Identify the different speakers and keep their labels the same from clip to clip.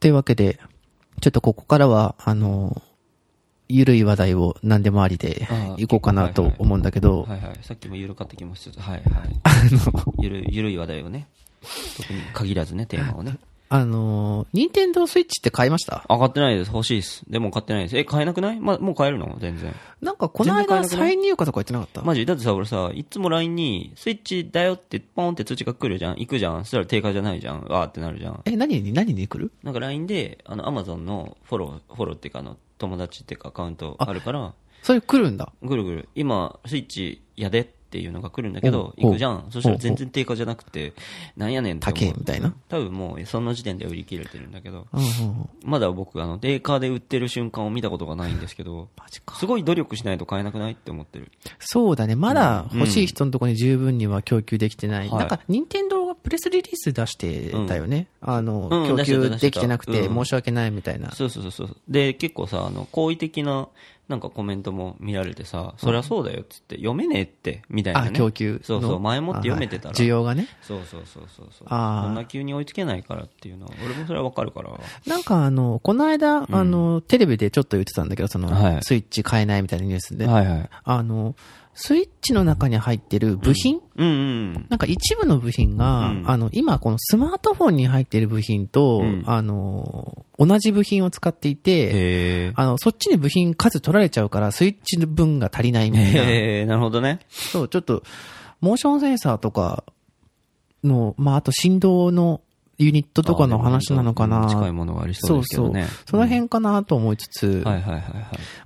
Speaker 1: というわけで、ちょっとここからは、あの、ゆるい話題を何でもありで
Speaker 2: ああ
Speaker 1: いこうかなと思うんだけど、
Speaker 2: はいはい。さっきも緩かった気もしつつ、はいはい。
Speaker 1: あの、
Speaker 2: ゆるゆるい話題をね。特に限らずね、テーマをね。
Speaker 1: あの、任天堂スイッチって買いました
Speaker 2: あ、買ってないです。欲しいです。でも買ってないです。え、買えなくないま、もう買えるの全然。
Speaker 1: なんかこの
Speaker 2: 全然買え
Speaker 1: 間
Speaker 2: なくない
Speaker 1: 再入荷とか言ってなかった
Speaker 2: マジだってさ、俺さ、いつも LINE に、スイッチだよって、ポンって通知が来るじゃん。行くじゃん。そしたら定価じゃないじゃん。わーってなるじゃん。
Speaker 1: え、何に、何に来る
Speaker 2: なんか LINE で、あの、Amazon のフォロー、フォローっていうか、あの、友達っていうかアカウントあるから、
Speaker 1: それ来るんだ。
Speaker 2: ぐるぐる、今、スイッチやでっていうのが来るんだけど、
Speaker 1: おう
Speaker 2: 行くじゃん。そした
Speaker 1: お
Speaker 2: ら
Speaker 1: う
Speaker 2: 全然定価じゃなくて、なんやねんって
Speaker 1: 高
Speaker 2: 思
Speaker 1: え
Speaker 2: う。
Speaker 1: みたいな。
Speaker 2: 多分もう、その時点で売り切れてるんだけど、
Speaker 1: うんうんうん。
Speaker 2: まだ僕、あの、定価で売ってる瞬間を見たことがないんですけど、
Speaker 1: マジか。
Speaker 2: すごい努力しないと買えなくないって思ってる。
Speaker 1: そうだね。まだ欲しい人のところに十分には供給できてない。
Speaker 2: はい
Speaker 1: なんか、任天堂がプレスリリース出してたよね。あの、
Speaker 2: うん
Speaker 1: 供
Speaker 2: 出して
Speaker 1: 給
Speaker 2: た出してた
Speaker 1: できてなくて
Speaker 2: うん
Speaker 1: 申し訳ないみたいな。
Speaker 2: そうそうそうそう。で、結構さ、あの、好意的な、なんかコメントも見られてさ、そりゃそうだよっつって、読めねえって、みたいな、ね。
Speaker 1: あ、供給の。
Speaker 2: そうそう、前もって読めてた
Speaker 1: あ
Speaker 2: ら。
Speaker 1: はい需要がね。
Speaker 2: そうそうそうそうそう。こ
Speaker 1: あー
Speaker 2: んな急に追いつけないからっていうのは、俺もそれはわかるから。
Speaker 1: なんかあの、この間、あの、テレビでちょっと言ってたんだけど、その、
Speaker 2: はい
Speaker 1: スイッチ買えないみたいなニュースで。
Speaker 2: はいはい。
Speaker 1: あの、スイッチの中に入ってる部品、
Speaker 2: うんうん。
Speaker 1: なんか一部の部品が、あの、今このスマートフォンに入っている部品と、
Speaker 2: うん
Speaker 1: あの、同じ部品を使っていて、
Speaker 2: へえ。
Speaker 1: あの、そっちに部品数取られちゃうから、スイッチの分が足りないみたいな。
Speaker 2: へえ、なるほどね。
Speaker 1: そう、ちょっと、モーションセンサーとかの、まあ、あと振動のユニットとかの話なのか
Speaker 2: あ
Speaker 1: な。
Speaker 2: ーでも近いものがありそ
Speaker 1: そうう
Speaker 2: ですけど
Speaker 1: そう
Speaker 2: ね。。
Speaker 1: その辺かなと思いつつ、
Speaker 2: はいはいはいはい。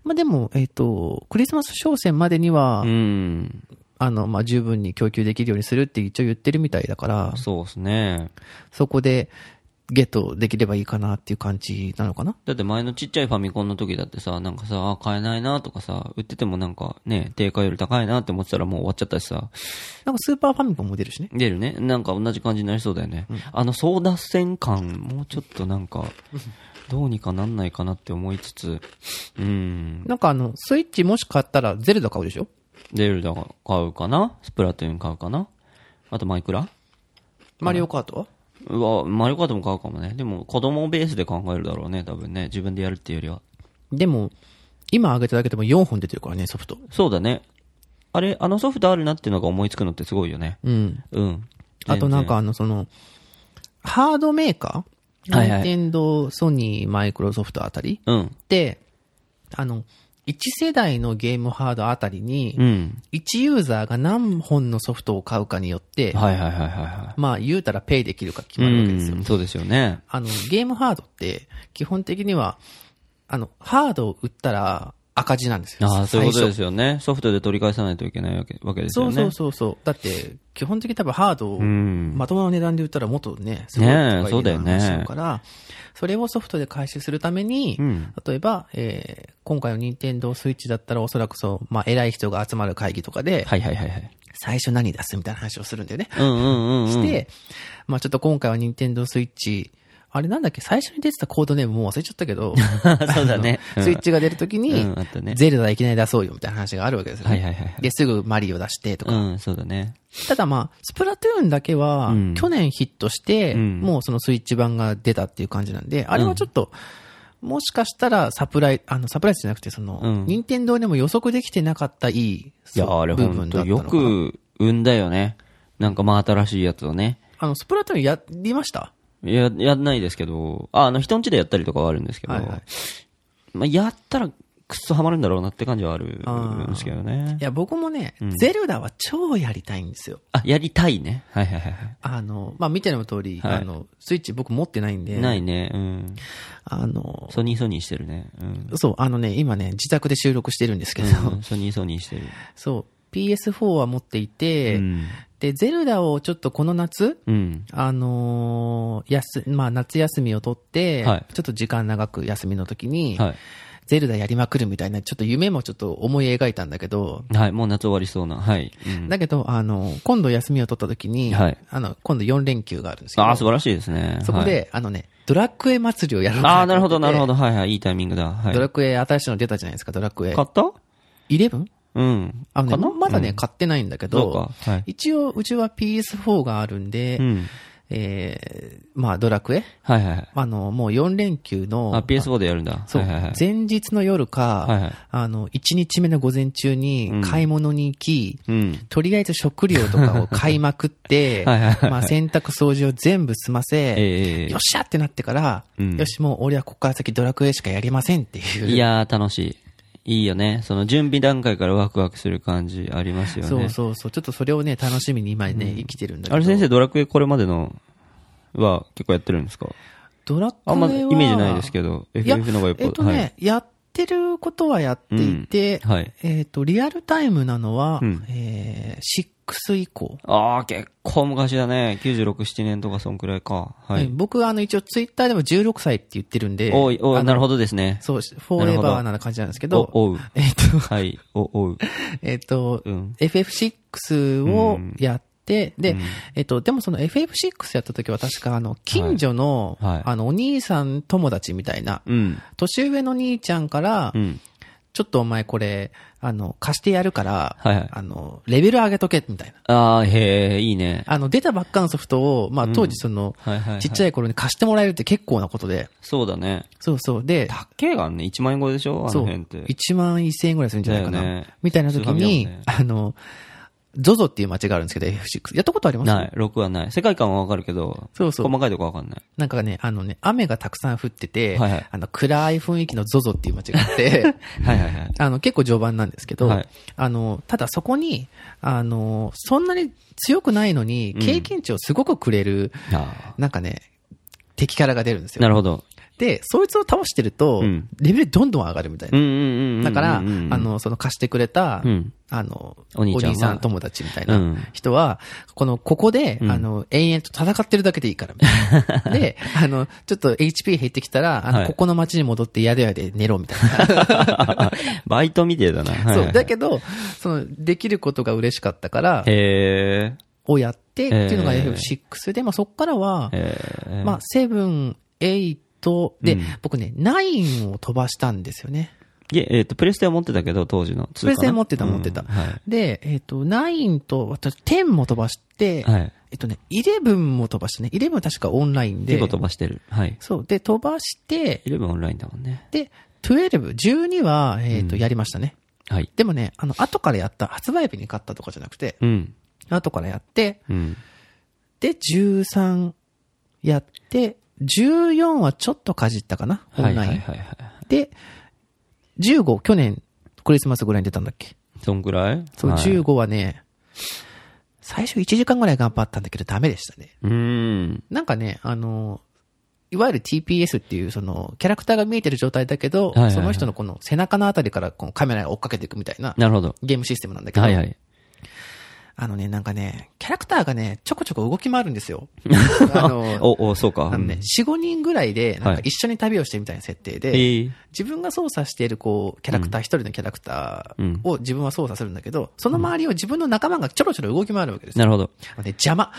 Speaker 1: まあ、でも、えっ、と、クリスマス商戦までには、
Speaker 2: うん。
Speaker 1: あの、まあ、十分に供給できるようにするって一応言ってるみたいだから、
Speaker 2: そうですね。
Speaker 1: そこでゲットできればいいかなっていう感じなのかな
Speaker 2: だって前のちっちゃいファミコンの時だってさ、なんかさ、あ買えないなとかさ、売っててもなんかね、定価より高いなって思ってたらもう終わっちゃったしさ、
Speaker 1: なんかスーパーファミコンも出るしね。
Speaker 2: 出るね。なんか同じ感じになりそうだよね。あの争奪戦感、もうちょっとなんか、どうにかなんないかなって思いつつ、うん、
Speaker 1: なんかあの、スイッチもし買ったらゼルダ買うでしょ
Speaker 2: ゼルダが買うかなスプラトゥーン買うかなあとマイクラ
Speaker 1: マリオカートは
Speaker 2: うわ、マリオカートも買うかもね。でも子供ベースで考えるだろうね、多分ね。自分でやるっていうよりは。
Speaker 1: でも、今上げただけでも4本出てるからね、ソフト。
Speaker 2: そうだね。あれ、あのソフトあるなっていうのが思いつくのってすごいよね。
Speaker 1: うん。
Speaker 2: うん。
Speaker 1: あとなんかあの、その、ハードメーカー
Speaker 2: はいは
Speaker 1: 任
Speaker 2: い
Speaker 1: 天堂、ソニー、マイクロソフトあたり
Speaker 2: うん。
Speaker 1: で、あの、1世代のゲームハードあたりに、
Speaker 2: うん。
Speaker 1: 1ユーザーが何本のソフトを買うかによって、
Speaker 2: はいはいはいはいは
Speaker 1: まあ言うたらペイできるか決
Speaker 2: い。
Speaker 1: まるわけですよ。
Speaker 2: うん、そうですよね。
Speaker 1: あの、ゲームハードって、基本的には、あの、ハードを売ったら赤字なんですよ。。
Speaker 2: ああ、そういうことですすよね。ソフトで取り返さないといけないわけわけです
Speaker 1: そ
Speaker 2: よ
Speaker 1: う
Speaker 2: ね。
Speaker 1: そうそうそう。だって、基本的に多分ハードを
Speaker 2: ん
Speaker 1: まともな値段で売ったらもっとね、すごい
Speaker 2: ねえ
Speaker 1: 高い
Speaker 2: そうだよね
Speaker 1: 値段になっちゃうから、それをソフトで回収するために、
Speaker 2: ん
Speaker 1: 例えば、えー今回の任天堂スイッチだったらおそらくそう、まあ偉い人が集まる会議とかで、
Speaker 2: はいはいはいはい。
Speaker 1: 最初何出すみたいな話をするんだよね。
Speaker 2: うんうんうん、うん。
Speaker 1: して、まあちょっと今回は任天堂スイッチ、あれなんだっけ最初に出てたコードネームもう忘れちゃったけど、
Speaker 2: そうだね。
Speaker 1: スイッチが出るときに、
Speaker 2: うんあったね
Speaker 1: ゼルダいきなり出そうよみたいな話があるわけですよ、ね
Speaker 2: はいはいはいはい
Speaker 1: で、すぐマリオ出してとか。
Speaker 2: うん、そうだね。
Speaker 1: ただまあ、スプラトゥーンだけは、
Speaker 2: うん
Speaker 1: 去年ヒットして、
Speaker 2: うん
Speaker 1: もうそのスイッチ版が出たっていう感じなんで、あれはちょっと、もしかしたらサプライ、あの、サプライズじゃなくて、その、
Speaker 2: うん
Speaker 1: 任天堂でも予測できてなかったいい、
Speaker 2: いや、あれ
Speaker 1: 部
Speaker 2: ほん
Speaker 1: 分だっ
Speaker 2: と
Speaker 1: たの
Speaker 2: よ
Speaker 1: かな
Speaker 2: く生んだよね。なんか真新しいやつをね。
Speaker 1: あの、スプラトゥーンやりました
Speaker 2: や、やんないですけど、あ、あの、人んちでやったりとかはあるんですけど、
Speaker 1: はいはい
Speaker 2: まあ、やったら、くっそハマるんだろうなって感じはあるんですけどね
Speaker 1: い。や、僕もね、ゼルダは超やりたいんですよ。
Speaker 2: あ、やりたいね。はいはいはいはい。
Speaker 1: あの、まあ、見ての通り、
Speaker 2: はい
Speaker 1: あの、スイッチ僕持ってないんで、
Speaker 2: ないね。うん。
Speaker 1: あの、
Speaker 2: ソニーソニーしてるね。うん。
Speaker 1: そう、あのね、今ね、自宅で収録してるんですけど、
Speaker 2: うんソニーソニーしてる。
Speaker 1: そう、PS4 は持っていて、
Speaker 2: うん。
Speaker 1: で、ゼルダをちょっとこの夏、
Speaker 2: うん。
Speaker 1: あのー休、まあ、夏休みを取って、
Speaker 2: はい
Speaker 1: ちょっと時間長く休みの時に、
Speaker 2: は
Speaker 1: ゼルダやりまくるみたいな、ちょっと夢もちょっと思い描いたんだけど、
Speaker 2: い。はい。もう夏終わりそうな。はい。うん
Speaker 1: だけど、あの、今度休みを取った時に、
Speaker 2: はい
Speaker 1: あの、今度4連休があるんですけど
Speaker 2: ああ、素晴らしいですね。
Speaker 1: そこで、あのね、ドラクエ祭りをやろう
Speaker 2: はい。
Speaker 1: か
Speaker 2: ああ、
Speaker 1: と
Speaker 2: なる
Speaker 1: 思っ
Speaker 2: ほ
Speaker 1: てて
Speaker 2: ど、なるほど。はいはい。いいタイミングだ。は
Speaker 1: ド
Speaker 2: い。買
Speaker 1: ラクエ新しいの出たじゃないですか、ドラクエ。
Speaker 2: った
Speaker 1: 11?
Speaker 2: うん。
Speaker 1: あの
Speaker 2: かな
Speaker 1: ね、まだね、買ってないんだけ
Speaker 2: ど
Speaker 1: ど、
Speaker 2: うか。はい。
Speaker 1: 一応、うちは PS4 があるんで、
Speaker 2: うん。
Speaker 1: えー、まあ、ドラクエ
Speaker 2: はいはいはい。
Speaker 1: あの、もう4連休の、
Speaker 2: あ、PS4 でやるんだ。
Speaker 1: そう、
Speaker 2: はいはいはい。
Speaker 1: 前日の夜か、
Speaker 2: はいはい
Speaker 1: あの、1日目の午前中
Speaker 2: うん
Speaker 1: に買い物に行き、
Speaker 2: うん。
Speaker 1: とりあえず食料とかを買いまくって、
Speaker 2: はいはいはい
Speaker 1: まあ洗濯掃除を全部済ま
Speaker 2: え
Speaker 1: せ、
Speaker 2: ええ
Speaker 1: よっしゃってなってから、
Speaker 2: うん
Speaker 1: よし、もう俺はここから先ドラクエしかやりませんっていう。
Speaker 2: えいやー、楽しい。いいよね。その準備段階からワクワクする感じありますよね。
Speaker 1: そうそうそう。ちょっとそれをね、楽しみに今ね、生きてるんだけど。
Speaker 2: あれ先生、ドラクエこれまでのは結構やってるんですか
Speaker 1: ドラクエは
Speaker 2: あんまイメージないですけど、
Speaker 1: いや
Speaker 2: FF の方がやっぱ、
Speaker 1: えっとね、
Speaker 2: はい。
Speaker 1: やってることはやっていて、
Speaker 2: うんはい
Speaker 1: えっと、リアルタイムなのは、
Speaker 2: うん
Speaker 1: えー、6以降。
Speaker 2: ああ、結構昔だね。96、7年とかそんくらいか。は
Speaker 1: うん
Speaker 2: い。
Speaker 1: 僕はあの一応ツイッターでも16歳って言ってるんで、
Speaker 2: おい、お
Speaker 1: あ
Speaker 2: い、
Speaker 1: の
Speaker 2: なるほどですね。
Speaker 1: そう、フォーエバーな感じなんですけど、
Speaker 2: お、おう。
Speaker 1: えっと、
Speaker 2: はい、お、おう。
Speaker 1: えっと、
Speaker 2: うん
Speaker 1: FF6 を
Speaker 2: うん
Speaker 1: やって、で、
Speaker 2: うん
Speaker 1: えっと、でもその FF6 やった時は確かあの、近所の、
Speaker 2: はいはい
Speaker 1: あの、お兄さん友達みたいな、
Speaker 2: うん。
Speaker 1: 年上の兄ちゃんから、
Speaker 2: うん。
Speaker 1: ちょっとお前これ、あの、貸してやるから、
Speaker 2: はいはい
Speaker 1: あの、レベル上げとけ、みたいな。
Speaker 2: ああ、へえ、いいね。
Speaker 1: あの、出たばっかのソフトを、まあ当時その、
Speaker 2: はいはいはい。
Speaker 1: ちっちゃい頃に貸してもらえるって結構なことで、
Speaker 2: そうだね。
Speaker 1: そうそう。で、
Speaker 2: たっけがね、1万円超えでしょあ
Speaker 1: そ
Speaker 2: の
Speaker 1: う。
Speaker 2: 辺って。
Speaker 1: 1万1000円ぐらいするんじゃないかな。
Speaker 2: だよね
Speaker 1: みたいな時に、
Speaker 2: 普通紙だもんね
Speaker 1: あの、ゾゾっていう街があるんですけど、F6。やったことあります
Speaker 2: ない、6はない。世界観はわかるけど、
Speaker 1: そうそう
Speaker 2: 細かいとこわかんない。
Speaker 1: なんかね、あのね、雨がたくさん降ってて、
Speaker 2: はいはい
Speaker 1: あの、暗い雰囲気のゾゾっていう街があ って、
Speaker 2: はいは いはい。
Speaker 1: あの、結構序盤なんですけど、
Speaker 2: はい
Speaker 1: あの、ただそこに、あの、そんなに強くないのに、経験値をすごくくれる、
Speaker 2: あ
Speaker 1: なんかね、敵キャラが出るんです
Speaker 2: ーな
Speaker 1: よ。
Speaker 2: るほど。
Speaker 1: で、そいつを倒してると、
Speaker 2: うん
Speaker 1: レベルどんどん上がるみたい
Speaker 2: うん
Speaker 1: な。
Speaker 2: うんうんうん。
Speaker 1: だから、あ
Speaker 2: うんうんうん、
Speaker 1: の、その貸してくれた、
Speaker 2: うん。
Speaker 1: あの、
Speaker 2: お兄ちゃんは
Speaker 1: 友達みたいうなん人は、この、ここで、あの、延々と戦ってるだけでいいから、みたい な。で、あの、ちょっと HP 減ってきたら、あの、
Speaker 2: はい
Speaker 1: ここの町に戻ってやでやで寝ろ、みたいな。
Speaker 2: バイトみてえだな。はい
Speaker 1: そう。だけど、その、できることが嬉しかったから、
Speaker 2: へ
Speaker 1: をやって、っていうのが
Speaker 2: へー
Speaker 1: F6 で、まあそっからは
Speaker 2: え。、へえ。
Speaker 1: まあ、7、8、で、
Speaker 2: うん
Speaker 1: 僕ね、9を飛ばしたんですよね。
Speaker 2: いえ、えっと、プレステは持ってたけど、当時の。
Speaker 1: プレステ持ってた
Speaker 2: うん
Speaker 1: 持ってた
Speaker 2: はい。
Speaker 1: で、えっ、と、9と、私、10も飛ばして、
Speaker 2: はい。
Speaker 1: えっとね、11も飛ばしてね、11は確かオンラインで
Speaker 2: 結構、飛ばしてる。はい。
Speaker 1: そう、で、飛ばして、
Speaker 2: 11オンラインだもんね。
Speaker 1: で、12、12は、えっ、と、やりましたね。
Speaker 2: はい。
Speaker 1: でもね、あの、後からやった、発売日に買ったとかじゃなくて、
Speaker 2: うん。
Speaker 1: 後からやって、
Speaker 2: うん。
Speaker 1: で、13やって、14はちょっとかじったかな、オンラ
Speaker 2: は
Speaker 1: イン。
Speaker 2: いはいはいはい。
Speaker 1: で、15、去年、クリスマスぐらいに出たんだっけ
Speaker 2: そんくらい
Speaker 1: そう、
Speaker 2: はい
Speaker 1: 15はね、最初1時間ぐらい頑張ったんだけど、ダメでしたね。
Speaker 2: うーん。
Speaker 1: なんかね、あの、いわゆる TPS っていう、その、キャラクターが見えてる状態だけど、
Speaker 2: はいはいはい
Speaker 1: その人のこの背中のあたりからこのカメラが追っかけていくみたいな
Speaker 2: なるほど。
Speaker 1: ゲームシステムなんだけど、
Speaker 2: はいはい。
Speaker 1: あのね、なんかね、キャラクターがね、ちょこちょこ動き回るんです よ。あの、
Speaker 2: お、お、そうか。
Speaker 1: あのね、4、5人ぐらいで、なん
Speaker 2: は
Speaker 1: か
Speaker 2: い
Speaker 1: 一緒に旅をしてみたいな設定
Speaker 2: うん
Speaker 1: で、
Speaker 2: ええ。
Speaker 1: 自分が操作しているこうキャラクター、一人のキャラクターを自分は操作するんだけど、その周りを自分の仲間がちょろちょろ動き回るわけですよ。
Speaker 2: なるほど。
Speaker 1: あのね邪魔。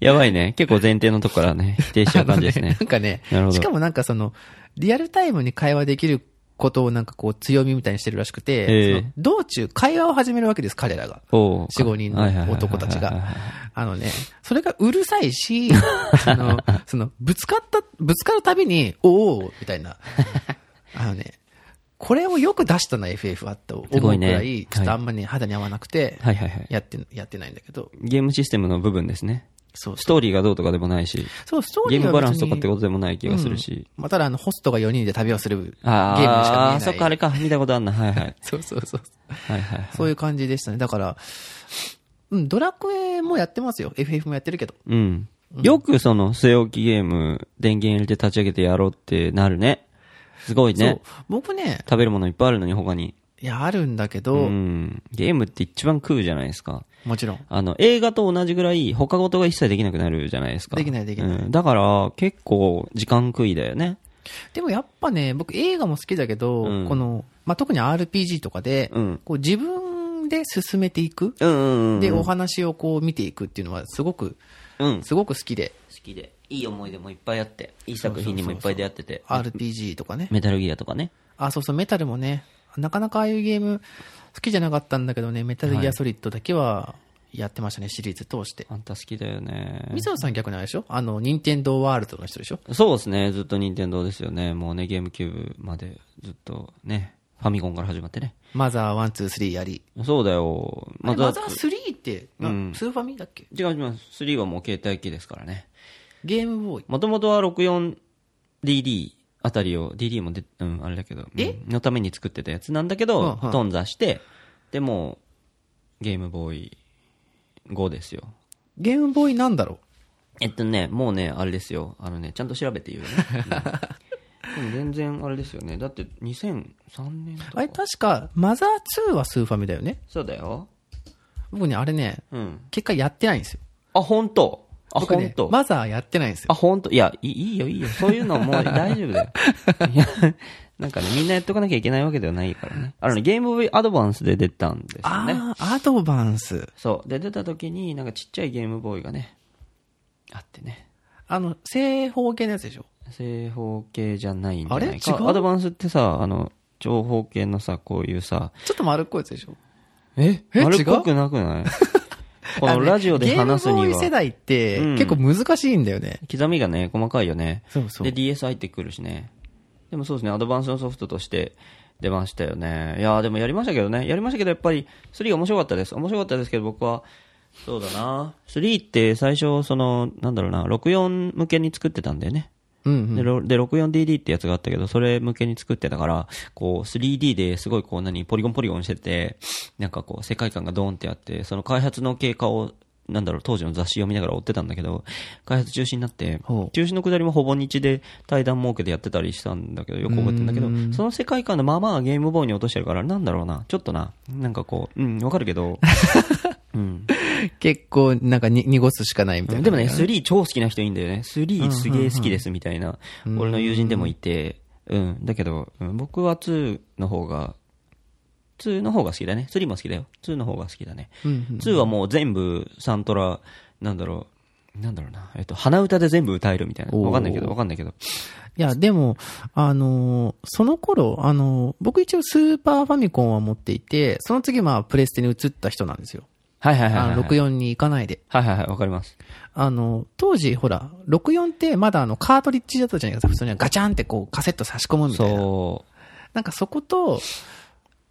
Speaker 2: やば いね。結構前提のとこからね、否定しちゃう感じですね
Speaker 1: な。んかね
Speaker 2: なる、ほど
Speaker 1: しかもなんかその、リアルタイムに会話できることをなんかこう強みみたいにしてるらしく
Speaker 2: ええ
Speaker 1: て、その道中会話を始めるわけです、彼らが。
Speaker 2: おう
Speaker 1: 4、5人
Speaker 2: はいはいはい
Speaker 1: の
Speaker 2: はい
Speaker 1: 男たち
Speaker 2: はいはい
Speaker 1: が
Speaker 2: はい。
Speaker 1: あのね、それがうるさいし、 あの、その、ぶつかった、ぶつかるたびに、おうおうみた いな。あのね、これをよく出したな、FF はって思う
Speaker 2: すごい
Speaker 1: く
Speaker 2: ね
Speaker 1: らい、ちょっとあんまり肌に合わなくて、
Speaker 2: はいはいはい。
Speaker 1: やって、やってないんだけど、
Speaker 2: ゲームシステムの部分ですね。
Speaker 1: そう
Speaker 2: ストーリーがどうとかでもないし、
Speaker 1: そう、ストー
Speaker 2: ゲ
Speaker 1: リ
Speaker 2: ー
Speaker 1: ー
Speaker 2: ム
Speaker 1: は
Speaker 2: バランスとかっ
Speaker 1: 別
Speaker 2: て
Speaker 1: に
Speaker 2: ことでもない気がするし。
Speaker 1: まあ、ただあの、ホストが4人で旅をするゲームにし
Speaker 2: あー
Speaker 1: か見えな
Speaker 2: あ
Speaker 1: い。
Speaker 2: ー、そっか、あれか。見たことあんな。はいはい。
Speaker 1: そうそうそう。
Speaker 2: はいはい。
Speaker 1: そういう感じでしたね。だから、うん、ドラクエもやってますよ。FF もやってるけど。
Speaker 2: うん。よくその、据え置きゲーム、電源入れて立ち上げてやろうってなるね。すごいね。
Speaker 1: そう。僕ね、
Speaker 2: 食べるものいっぱいあるのに他に。
Speaker 1: いや、あるんだけ
Speaker 2: う
Speaker 1: ど、
Speaker 2: ん。ゲームって一番食うじゃないですか。
Speaker 1: もちろん。
Speaker 2: あの、映画と同じぐらい、他事が一切できなくなるじゃないですか。
Speaker 1: できないできない
Speaker 2: うんだから、結構、時間食いだよね。
Speaker 1: でもやっぱね、僕映画も好きだけど、
Speaker 2: うん
Speaker 1: この、まあ、特に RPG とかで、
Speaker 2: うん。
Speaker 1: こう自分で進めていく。
Speaker 2: うんうんうん。
Speaker 1: で、お話をこう見ていくっていうのはすごく、
Speaker 2: うん。好
Speaker 1: すごく好きで、
Speaker 2: きで。いい思い出もいっぱいあって、いい作品にもいっぱい出会ってて。
Speaker 1: RPG とかね。
Speaker 2: メタルギアとかね。
Speaker 1: あ、そうそう、メタルもね、なかなかああいうゲーム好きじゃなかったんだけどね、メタルギアソリッドだけは、やってましたね、シリーズ通して。
Speaker 2: あんた好きだよね。
Speaker 1: 水野さん逆にあれでしょあの、任天堂ワールドの人でしょ
Speaker 2: そうですね、ずっと任天堂ですよね。もうね、ゲームキューブまでずっとね、ファミコンから始まってね。
Speaker 1: マザー1、2、3やり。
Speaker 2: そうだよ。
Speaker 1: あ
Speaker 2: ま
Speaker 1: れ
Speaker 2: た
Speaker 1: マザー3って、なスーファミだっけ
Speaker 2: 違う違う、3はもう携帯機ですからね。
Speaker 1: ゲームボーイ。
Speaker 2: もともとは 64DD あたりを、DD もで、うん、あれだけど、
Speaker 1: え
Speaker 2: うんのために作ってたやつなんだけ
Speaker 1: う
Speaker 2: ど
Speaker 1: んうん、
Speaker 2: 頓挫して、でもう、ゲームボーイ5ですよ。
Speaker 1: ゲームボーイなんだろ
Speaker 2: えっとね、もうね、あれですよ。あのね、ちゃんと調べて言うね。うんでも全然あれですよね。だって2003年と
Speaker 1: うあ
Speaker 2: か
Speaker 1: れ。確か、マザー2はスーファミだよね
Speaker 2: そうだよ。
Speaker 1: 僕ね、あれね、
Speaker 2: うん。
Speaker 1: 結果やってないんですよ。
Speaker 2: あ、本当あ、
Speaker 1: 僕
Speaker 2: 本
Speaker 1: ね
Speaker 2: 当、
Speaker 1: マザーやってないんですよ。
Speaker 2: あ、本当いや、いいいいよ、いいよ。そういうの もう大丈夫だよ。いや、なんかね、みんなやっとかなきゃいけないわけではないからね。あのね、ゲームボーイアドバンスで出たんですよね。
Speaker 1: ああ、アドバンス。
Speaker 2: そう。で、出た時に、なんかちっちゃいゲームボーイがね、あってね。
Speaker 1: あの、正方形のやつでしょ
Speaker 2: 正方形じゃないんじゃない
Speaker 1: あれ違
Speaker 2: か。
Speaker 1: う
Speaker 2: アドバンスってさ、あの、長方形のさ、こういうさ、
Speaker 1: ちょっと丸っこいやつでしょ
Speaker 2: え
Speaker 1: え
Speaker 2: 丸っこくなく ないこのラジオで話す
Speaker 1: ゲーム
Speaker 2: に
Speaker 1: ボーイ世
Speaker 2: は、
Speaker 1: 代って
Speaker 2: うん
Speaker 1: 結構難しいんだよね。
Speaker 2: 刻みがね、細かいよね。
Speaker 1: そうそう
Speaker 2: で、DS 入ってくるしね。でもそうですね、アドバンスのソフトとして出ましたよね。いやーでもやりましたけどね。やりましたけど、やっぱり3面白かったです。面白かったですけど、僕は、そうだな。3って最初、その、なんだろうな、64向けに作ってたんだよね。
Speaker 1: うん
Speaker 2: で、ろで 64DD ってやつがあったけど、それ向けに作ってたから、こう、3D ですごいこう、何、ポリゴンポリゴンしてて、なんかこう、世界観がドーンってあって、その開発の経過を、なんだろう、当時の雑誌を見ながら追ってたんだけど、開発中止になって
Speaker 1: ほう、
Speaker 2: 中止の下りもほぼ日で対談設けてやってたりしたんだけど、よく覚えてんだけど、その世界観のままゲームボーイに落としてるから、なんだろうな、ちょっとな、なんかこう、うん、わかるけど、うん。
Speaker 1: 結構なんかに濁すしかないみたいな。
Speaker 2: でもね、3超好きな人いいんだよね。3すげえ好きですみたいな、俺の友人でもいて、うん、だけど、うん僕は2の方が、2の方が好きだね。3も好きだよ。2の方が好きだね。2はもう全部サントラ、なんだろう、なんだろうな、えっと、鼻歌で全部歌えるみたいな。
Speaker 1: おー
Speaker 2: わかんないけど、わかんないけど。
Speaker 1: いや、でも、あのーその頃、あのー僕一応スーパーファミコンは持っていて、その次まあプレステに移った人なんですよ。
Speaker 2: はいはいはい
Speaker 1: あ
Speaker 2: はい。
Speaker 1: の、64に行かないで。
Speaker 2: はいはいはい、わかります。
Speaker 1: あの、当時、ほら、64ってまだあの、カートリッジだったじゃないですか。普通にはガチャンってこう、カセット差し込むみたいな。
Speaker 2: そ
Speaker 1: なんかそこと、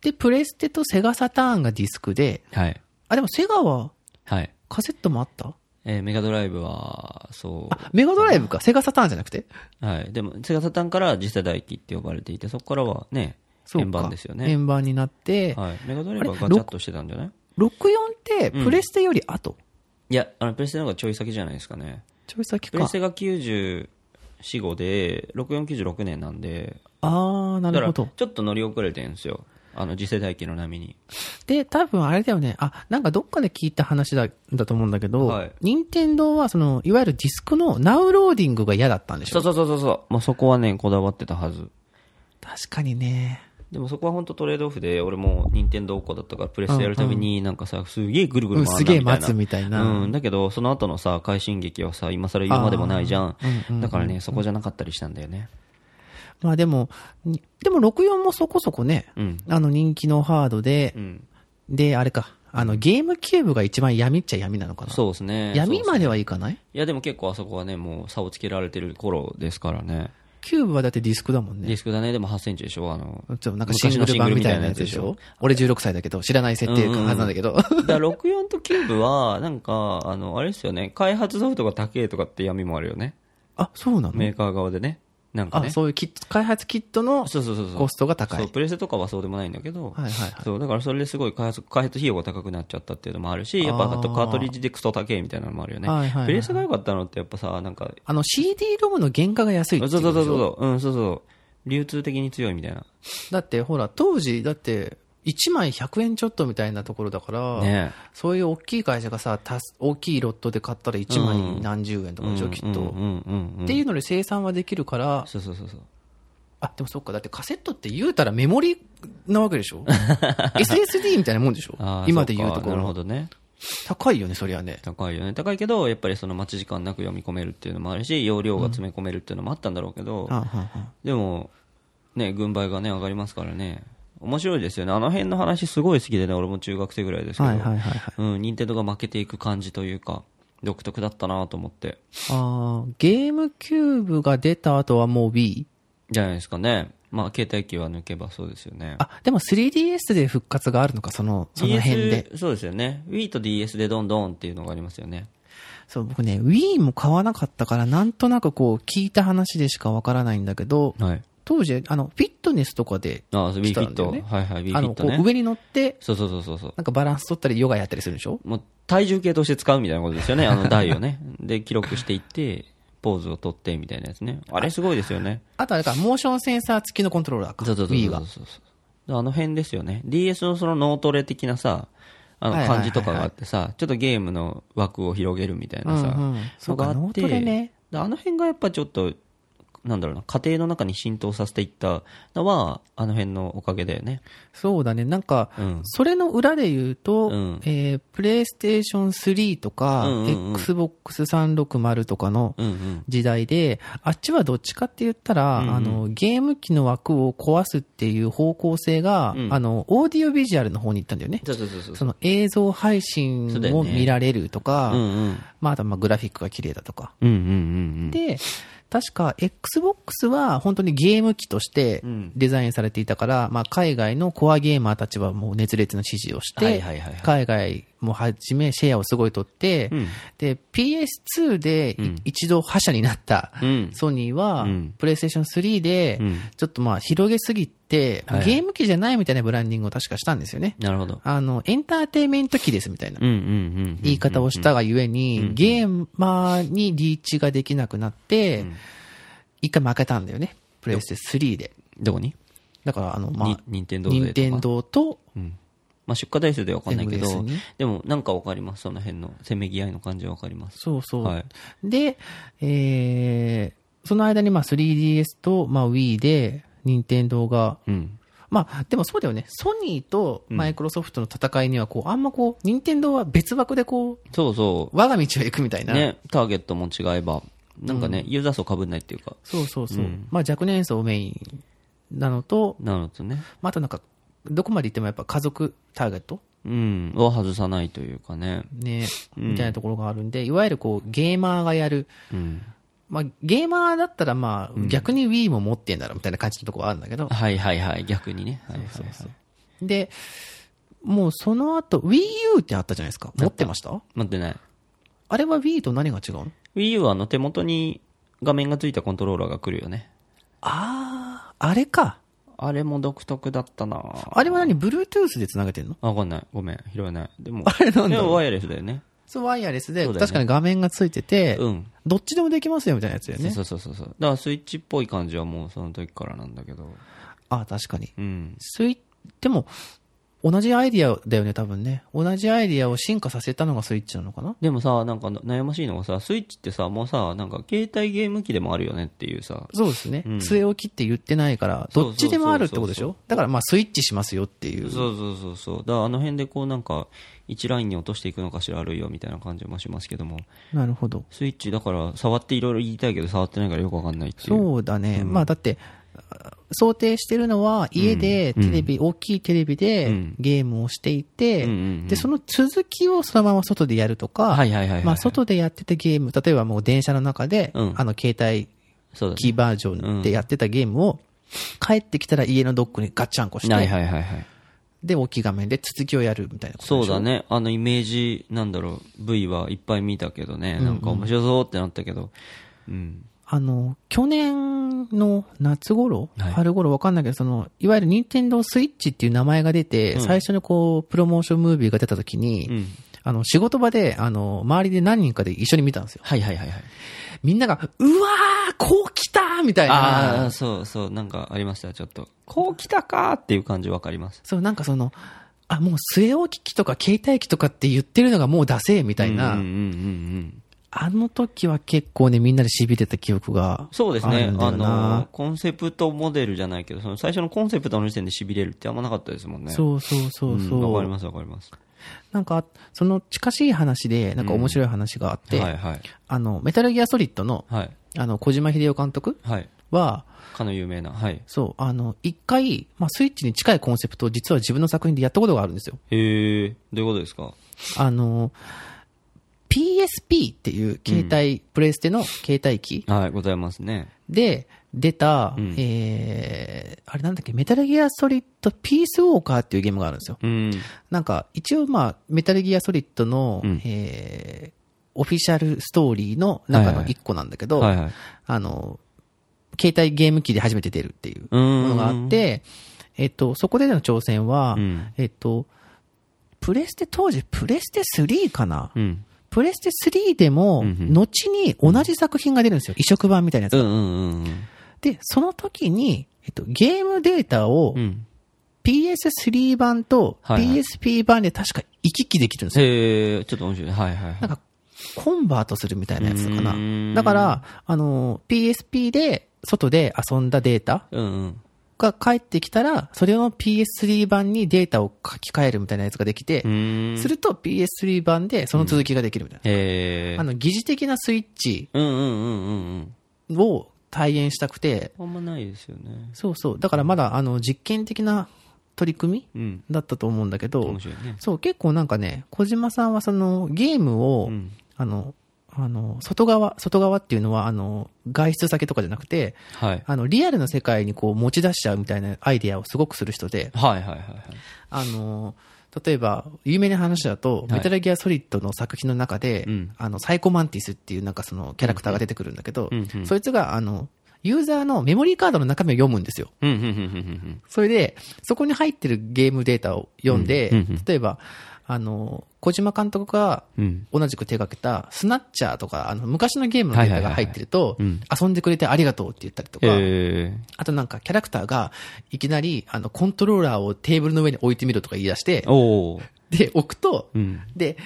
Speaker 1: で、プレステとセガサターンがディスクで、
Speaker 2: う。はい。
Speaker 1: あ、でもセガは
Speaker 2: はい。
Speaker 1: カセットもあった
Speaker 2: えーメガドライブは、そう。
Speaker 1: あ、メガドライブか。セガサターンじゃなくて
Speaker 2: はい。でも、セガサタンから次世代機って呼ばれていて、そこからはね、
Speaker 1: そうか
Speaker 2: 円盤ですよね。
Speaker 1: 円盤になって、
Speaker 2: はい。メガドライブは
Speaker 1: あれ
Speaker 2: ガチャッとしてたんじゃない
Speaker 1: 64ってプレステより後。
Speaker 2: いや、あの、プレステの方がちょい先じゃないですかね。
Speaker 1: ちょい先
Speaker 2: プレ
Speaker 1: か
Speaker 2: ス。テが94、5で、6496年なんで、
Speaker 1: あー、な
Speaker 2: だ
Speaker 1: る
Speaker 2: か
Speaker 1: ほ
Speaker 2: ら、ち
Speaker 1: ど
Speaker 2: ょ。っと乗り遅れてるんですよ。あの、次世代機の波に。
Speaker 1: で、多分あれだよね。あ、なんかどっかで聞いた話だ、だと思うんだけど、
Speaker 2: はい
Speaker 1: 任天堂はその、いわゆるディスクのナウローディングが嫌だったんでし
Speaker 2: そ
Speaker 1: ょ
Speaker 2: うそうそうそうそう。まあ、そこはね、こだわってたはず。
Speaker 1: 確かにね。
Speaker 2: でもそこは本当トレードオフで、俺も任天堂っ子だったから、プレステやるたびに、なんかさ、すげえぐるぐる回るなみたい
Speaker 1: う
Speaker 2: な。
Speaker 1: んすげえ待つみたいな
Speaker 2: うん、だけど、その後のさ、快進撃はさ、今更言うまでもないじゃん。だからね、そこじゃなかったりしたんだよね。
Speaker 1: まあでも、にでも64もそこそこね、
Speaker 2: うん。
Speaker 1: あの人気のハードで
Speaker 2: う、ん。
Speaker 1: で、あれか、あのゲームキューブが一番闇っちゃ闇なのかな。
Speaker 2: そうですね。
Speaker 1: 闇
Speaker 2: そうっす
Speaker 1: まではいかない
Speaker 2: いや、でも結構あそこはね、もう差をつけられてる頃ですからね。
Speaker 1: キューブはだってディスクだもん
Speaker 2: デ
Speaker 1: ね。
Speaker 2: ィスクだね、でも8センチでしょ、あの。
Speaker 1: ちょっとなんかシングル版みたいなやつでしょ俺16歳だけど、知らない設定のはずなんだけど。
Speaker 2: だから64とキューブは、なんか、あの、あれですよね、開発ソフトが高えとかって闇もあるよね。
Speaker 1: あ、そうなの、
Speaker 2: メーカー側でね。なんか
Speaker 1: あ、
Speaker 2: ね。
Speaker 1: そういうキット、開発キットの
Speaker 2: そうそうそうそう。
Speaker 1: コストが高
Speaker 2: そう、
Speaker 1: い。
Speaker 2: プレステとかはそうでもないんだけど、
Speaker 1: はいはいはい
Speaker 2: そうだからそれですごい開発開発費用が高くなっちゃったっていうのもあるし、やっぱ
Speaker 1: あー
Speaker 2: あとカートリッジでクソ高えみたいなのもあるよね、
Speaker 1: はいはいはい
Speaker 2: プレステが良かったのって、やっぱさ、なんか、
Speaker 1: あの CD ロムの原価が安いってい
Speaker 2: そ
Speaker 1: うう
Speaker 2: そうそうそう、うん、そうそう、流通的に強いみたいな、
Speaker 1: だってほら、当時、だって1枚100円ちょっとみたいなところだから、
Speaker 2: ね
Speaker 1: そういう大きい会社がさ、たす大きいロットで買ったら1枚
Speaker 2: うん
Speaker 1: 何十円とかでしょ、きっと、
Speaker 2: うんうんうんうん
Speaker 1: っていうので生産はできるから、
Speaker 2: そうそうそうそう、
Speaker 1: あ、でもそっか、だってカセットって言うたらメモリなわけで しょ ?SSD みたいなもんでしょ
Speaker 2: あー
Speaker 1: 今で言うとこ
Speaker 2: そかなるほ
Speaker 1: ろ。
Speaker 2: どね、
Speaker 1: 高いよね、そりゃね。
Speaker 2: 高いよね、高いけど、やっぱりその待ち時間なく読み込めるっていうのもあるし、容量が詰め込めるっていうのもあったんだろうけど、
Speaker 1: はんはんはん
Speaker 2: でも、ね、軍配がね、上がりますからね、面白いですよね。あの辺の話すごい好きでね、俺も中学生ぐらいですけど。
Speaker 1: はいはいはいはい
Speaker 2: うん、任天堂が負けていく感じというか、独特だったなと思って。
Speaker 1: あーゲームキューブが出た後はもう Wii?
Speaker 2: じゃないですかね。まあ、携帯機は抜けばそうですよね。
Speaker 1: あ、でも 3DS で復活があるのか、その、その辺で。
Speaker 2: DS そうですよね。Wii と DS でどんどんっていうのがありますよね。
Speaker 1: そう、僕ね、Wii も買わなかったから、なんとなくこう、聞いた話でしかわからないんだけど、
Speaker 2: はい。
Speaker 1: 当時、あの、フィットネスとかで、
Speaker 2: ああ、そう Wii
Speaker 1: 来
Speaker 2: フ
Speaker 1: た
Speaker 2: ィ
Speaker 1: ん
Speaker 2: ッ
Speaker 1: だよ
Speaker 2: ト。
Speaker 1: ね
Speaker 2: はいはい、Wii
Speaker 1: あ
Speaker 2: フ
Speaker 1: の、
Speaker 2: ィッ
Speaker 1: こ
Speaker 2: ト
Speaker 1: う
Speaker 2: ね。
Speaker 1: 上に乗って、
Speaker 2: そうそうそうそうそう。
Speaker 1: なんかバランス取ったりヨガやったりするんでしょ
Speaker 2: もう体重計として使うみたいなことですよね、あの台をね。で、記録していって、ポーズを取ってみたいなやつね。あれすごいですよね。
Speaker 1: あとあれか、モーションセンサー付きのコントローラーか。
Speaker 2: そうそうそう
Speaker 1: Wii は。
Speaker 2: そうそうあの辺ですよね。DS のその脳トレ的なさ、あの
Speaker 1: はいはいはい
Speaker 2: 感じとかがあってさ、ちょっとゲームの枠を広げるみたいなさ、
Speaker 1: うんうんそうか
Speaker 2: のがあって
Speaker 1: 脳トレね
Speaker 2: であの辺がやっぱちょっと、なんだろうな、家庭の中に浸透させていったのは、あの辺のおかげだよね。
Speaker 1: そうだね、なんか、
Speaker 2: うん。
Speaker 1: それの裏で言うと、
Speaker 2: うん
Speaker 1: えー、プレイステーション3とか、
Speaker 2: うんうんうん
Speaker 1: Xbox360 とかの
Speaker 2: うんうん。
Speaker 1: 時代で、あっちはどっちかって言ったら、あの、ゲーム機の枠を壊すっていう方向性が、
Speaker 2: うん
Speaker 1: あの、オーディオビジュアルの方に行ったんだよね。
Speaker 2: そうそうそうそ。
Speaker 1: そうの映像配信
Speaker 2: そうだ
Speaker 1: を
Speaker 2: よね
Speaker 1: 見られるとか、
Speaker 2: うんうん。
Speaker 1: まあ、あとはまあグラフィックが綺麗だとか。
Speaker 2: うんうんうん
Speaker 1: で、確か Xbox は本当にゲーム機として
Speaker 2: うん
Speaker 1: デザインされていたから、まあ海外のコアゲーマーたちはもう熱烈な支持をし
Speaker 2: はい
Speaker 1: て
Speaker 2: はいはいはい、
Speaker 1: 海外もはじめシェアをすごい取って
Speaker 2: う、ん。
Speaker 1: で、PS2 でい
Speaker 2: うん
Speaker 1: 一度覇者になった
Speaker 2: うん。
Speaker 1: ソニーは
Speaker 2: うん、
Speaker 1: プレイステーション3で
Speaker 2: う、ん。
Speaker 1: ちょっとまあ広げすぎて
Speaker 2: はいは、い
Speaker 1: ゲーム機じゃないみたいなブランディングを確かしたんですよね。
Speaker 2: なるほど。
Speaker 1: あの、エンターテインメント機ですみたいな。
Speaker 2: うんうんうんうん。
Speaker 1: 言い方をしたがゆえに、ゲーマーにリーチができなくなって、一回負けたんだよね。プレイステ3で。
Speaker 2: どこに
Speaker 1: だから、あの、ま
Speaker 2: に
Speaker 1: あ、
Speaker 2: 任天堂勢と
Speaker 1: 任
Speaker 2: か
Speaker 1: 天堂と、
Speaker 2: うんまあ、出荷台数でわかんないけ
Speaker 1: MDS
Speaker 2: ど
Speaker 1: に、
Speaker 2: でもなんかわかります、その辺のせめぎ合いの感じはわかります。
Speaker 1: そうそう。
Speaker 2: はい
Speaker 1: で、えー、その間にまあ 3DS と、まあ、Wii で、任天堂が、
Speaker 2: うん。
Speaker 1: まあ、でもそうだよね。ソニーとマイクロソフトの戦いには、こう、あんまこう、任天堂は別枠でこう、
Speaker 2: そうそ。
Speaker 1: 我が道を行くみたいうな。
Speaker 2: ね、ターゲットも違えば、なんかね、ユーザー層被んないっていうか、
Speaker 1: そうそうそう。まあ、若年層をメインなのと、
Speaker 2: なるとね、
Speaker 1: まあ、あとなんか、どこまで行ってもやっぱ家族ターゲット
Speaker 2: うん、を外さないというかね、
Speaker 1: ね、みたいなところがあるんで、いわゆるこう、ゲーマーがやる。
Speaker 2: うん。
Speaker 1: まあ、ゲーマーだったらまあ、逆に Wii も持ってんだろ、みたいな感じのところはあるんだけど。
Speaker 2: はいはいはい、逆にね。はいはいはい。
Speaker 1: で、もうその後、Wii U ってあったじゃないですか。持ってました
Speaker 2: 待ってない。
Speaker 1: あれは Wii と何が違うの
Speaker 2: Wii U はあの手元に画面がついたコントローラーが来るよね。
Speaker 1: あー、あれか。
Speaker 2: あれも独特だったなぁ
Speaker 1: あれは何 ?Bluetooth で繋げてんの
Speaker 2: あわかんない。ごめん。拾えない。でも、
Speaker 1: あれなんだ
Speaker 2: でもワイヤレスだよね。
Speaker 1: そう、ワイヤレスで、
Speaker 2: そうだよね
Speaker 1: 確かに画面がついてて、
Speaker 2: うん。
Speaker 1: どっちでもできますよ、みたいなやつだよね。
Speaker 2: そうそうそうそう。だからスイッチっぽい感じはもうその時からなんだけど。
Speaker 1: あー、確かに。
Speaker 2: うん。
Speaker 1: スイでも、同じアイディアだよね、多分ね。同じアイディアを進化させたのがスイッチなのかな
Speaker 2: でもさ、なんか悩ましいのがさ、スイッチってさ、もうさ、なんか携帯ゲーム機でもあるよねっていうさ。
Speaker 1: そうですね。
Speaker 2: うん
Speaker 1: 据え置きって言ってないから、
Speaker 2: そう
Speaker 1: どっちでもあるってことでし
Speaker 2: そう
Speaker 1: ょだからまあスイッチしますよってい。
Speaker 2: そううそうそうそう。だからあの辺でこうなんか、1ラインに落としていくのかしらあるいはみたいな感じもしますけども。
Speaker 1: なるほど。
Speaker 2: スイッチだから触っていろいろ言いたいけど触ってないからよくわかんないっていう。
Speaker 1: そうだね。まあだって、あ想定してるのは家でテレビ、大きいテレビで
Speaker 2: うん
Speaker 1: ゲームをしていて、
Speaker 2: うんうんうん
Speaker 1: で、その続きをそのまま外でやるとか、
Speaker 2: はいはいはいはい
Speaker 1: まあ外でやってたゲーム、例えばもう電車の中で、
Speaker 2: うん
Speaker 1: あの携帯
Speaker 2: そうだ
Speaker 1: キーバージョンでやってたゲームを、帰ってきたら家のドックにガッチャンコして、
Speaker 2: ね。はいはいはいはい。
Speaker 1: で、大きい画面で続きをやるみたいなこと
Speaker 2: そ
Speaker 1: で
Speaker 2: う
Speaker 1: しょ
Speaker 2: だ。ね。あのイメージ、なんだろう、V はいっぱい見たけどね。なんか面白そうってなったけど。うん。
Speaker 1: あの、去年の夏頃、
Speaker 2: はい
Speaker 1: 春頃わかんないけど、その、いわゆる任天堂スイッチっていう名前が出て、最初にこう、プロモーションムービーが出た時に、
Speaker 2: うん。
Speaker 1: あの、仕事場で、あの、周りで何人かで一緒に見たんですよ。
Speaker 2: はいはいはいはい。
Speaker 1: みんなが、うわーこう来たーみたい
Speaker 2: ああー、
Speaker 1: な。
Speaker 2: そうそう、なんかありました、ちょっと。こう来たかーっていう感じわかります。
Speaker 1: そう、なんかその、あ、もう据え置き機とか携帯機とかって言ってるのがもうダセーみたいな。
Speaker 2: うんうんうんうん。
Speaker 1: あの時は結構ね、みんなで痺れてた記憶が。
Speaker 2: そうですね。
Speaker 1: あ
Speaker 2: あ
Speaker 1: るんだよな
Speaker 2: の、コンセプトモデルじゃないけど、その最初のコンセプトの時点で痺れるってあんまなかったですもんね。う
Speaker 1: そうそうそうそ
Speaker 2: んわ、
Speaker 1: う。
Speaker 2: かりますわかります。
Speaker 1: なんか、その近しい話で、なんか面白い話があって、
Speaker 2: はいはい。
Speaker 1: あの、メタルギアソリッドの、
Speaker 2: はい。
Speaker 1: あの、小島秀夫監督
Speaker 2: はい。
Speaker 1: は、
Speaker 2: かの有名な。はい。
Speaker 1: そう、あの、一回、まあ、スイッチに近いコンセプトを実は自分の作品でやったことがあるんですよ。
Speaker 2: へえ、どういうことですか
Speaker 1: あの、PSP っていう携帯、プレイステの携帯機
Speaker 2: はい、ございますね。
Speaker 1: で出た、
Speaker 2: うん
Speaker 1: えー、あれなんだっけ、メタルギアソリッドピースウォーカーっていうゲームがあるんですよ。
Speaker 2: うん。
Speaker 1: なんか、一応まあ、メタルギアソリッドの、
Speaker 2: うん
Speaker 1: えーオフィシャルストーリーの中の一個なんだけど、
Speaker 2: はいはい。
Speaker 1: あの、携帯ゲーム機で初めて出るっていう
Speaker 2: う
Speaker 1: も
Speaker 2: ん。
Speaker 1: のがあっ、て、えっと、そこでの挑戦は、
Speaker 2: うん
Speaker 1: えっと、プレステ当時、プレステ3かな、
Speaker 2: うん。
Speaker 1: プレステ3でも、
Speaker 2: うんうん
Speaker 1: 後に同じ作品が出るんですよ。移植版みたいなやつが
Speaker 2: うんうんうん
Speaker 1: で、その時に、えっと、ゲームデータを
Speaker 2: うん。うん。
Speaker 1: PS3 版と
Speaker 2: はいはい
Speaker 1: PSP 版で確か行き来できるんですよ。
Speaker 2: へえ、ちょっと面白い。はいはいはい。
Speaker 1: なんか、コンバートするみたいなやつか
Speaker 2: う
Speaker 1: な。
Speaker 2: ーん
Speaker 1: だから、あの、PSP で、外で遊んだデータ
Speaker 2: うんうん。
Speaker 1: が返ってきたら、それを PS3 版にデータを書き換えるみたいなやつができて
Speaker 2: う、ーん。
Speaker 1: すると PS3 版でその続きができるみたい
Speaker 2: へえ
Speaker 1: な。あ。の、疑似的なスイッチ
Speaker 2: うんうんうんうんうん。
Speaker 1: を体現したくて、
Speaker 2: あんまないですよね。
Speaker 1: そうそう。だからまだ、あの、実験的な取り組み
Speaker 2: うん。
Speaker 1: だったと思うんだけど
Speaker 2: 面、白いね。
Speaker 1: そう、結構なんかね、小島さんはそのゲームを、
Speaker 2: うん。
Speaker 1: あの、あの、外側、外側っていうのは、あの、外出先とかじゃなくて、
Speaker 2: はい。
Speaker 1: あの、リアルの世界にこう持ち出しちゃうみたいなアイデアをすごくする人で、
Speaker 2: はいはいはいはい。
Speaker 1: あの、例えば、有名な話だと、
Speaker 2: い
Speaker 1: メタルギアソリッドの作品の中で、
Speaker 2: うん
Speaker 1: あの、サイコマンティスっていうなんかそのキャラクターが出てくるんだけど、
Speaker 2: うんうん
Speaker 1: そいつが、あの、ユーザーのメモリーカードの中身を読むんですよ。
Speaker 2: うんうんうんうん
Speaker 1: それで、そこに入ってるゲームデータを読んで、
Speaker 2: うんうんうん
Speaker 1: 例えば、あの、小島監督が
Speaker 2: うんうん。
Speaker 1: 同じく手がけた、スナッチャーとか、あの、昔のゲームのデータが入ってると
Speaker 2: はいはいはいは、
Speaker 1: 遊んでくれてありがとうって言ったりとか、
Speaker 2: へえ。
Speaker 1: あとなんかキャラクターが、いきなり、あの、コントローラーをテーブルの上に置いてみろとか言い出して、
Speaker 2: おお。
Speaker 1: で、置くと、
Speaker 2: うん。
Speaker 1: で、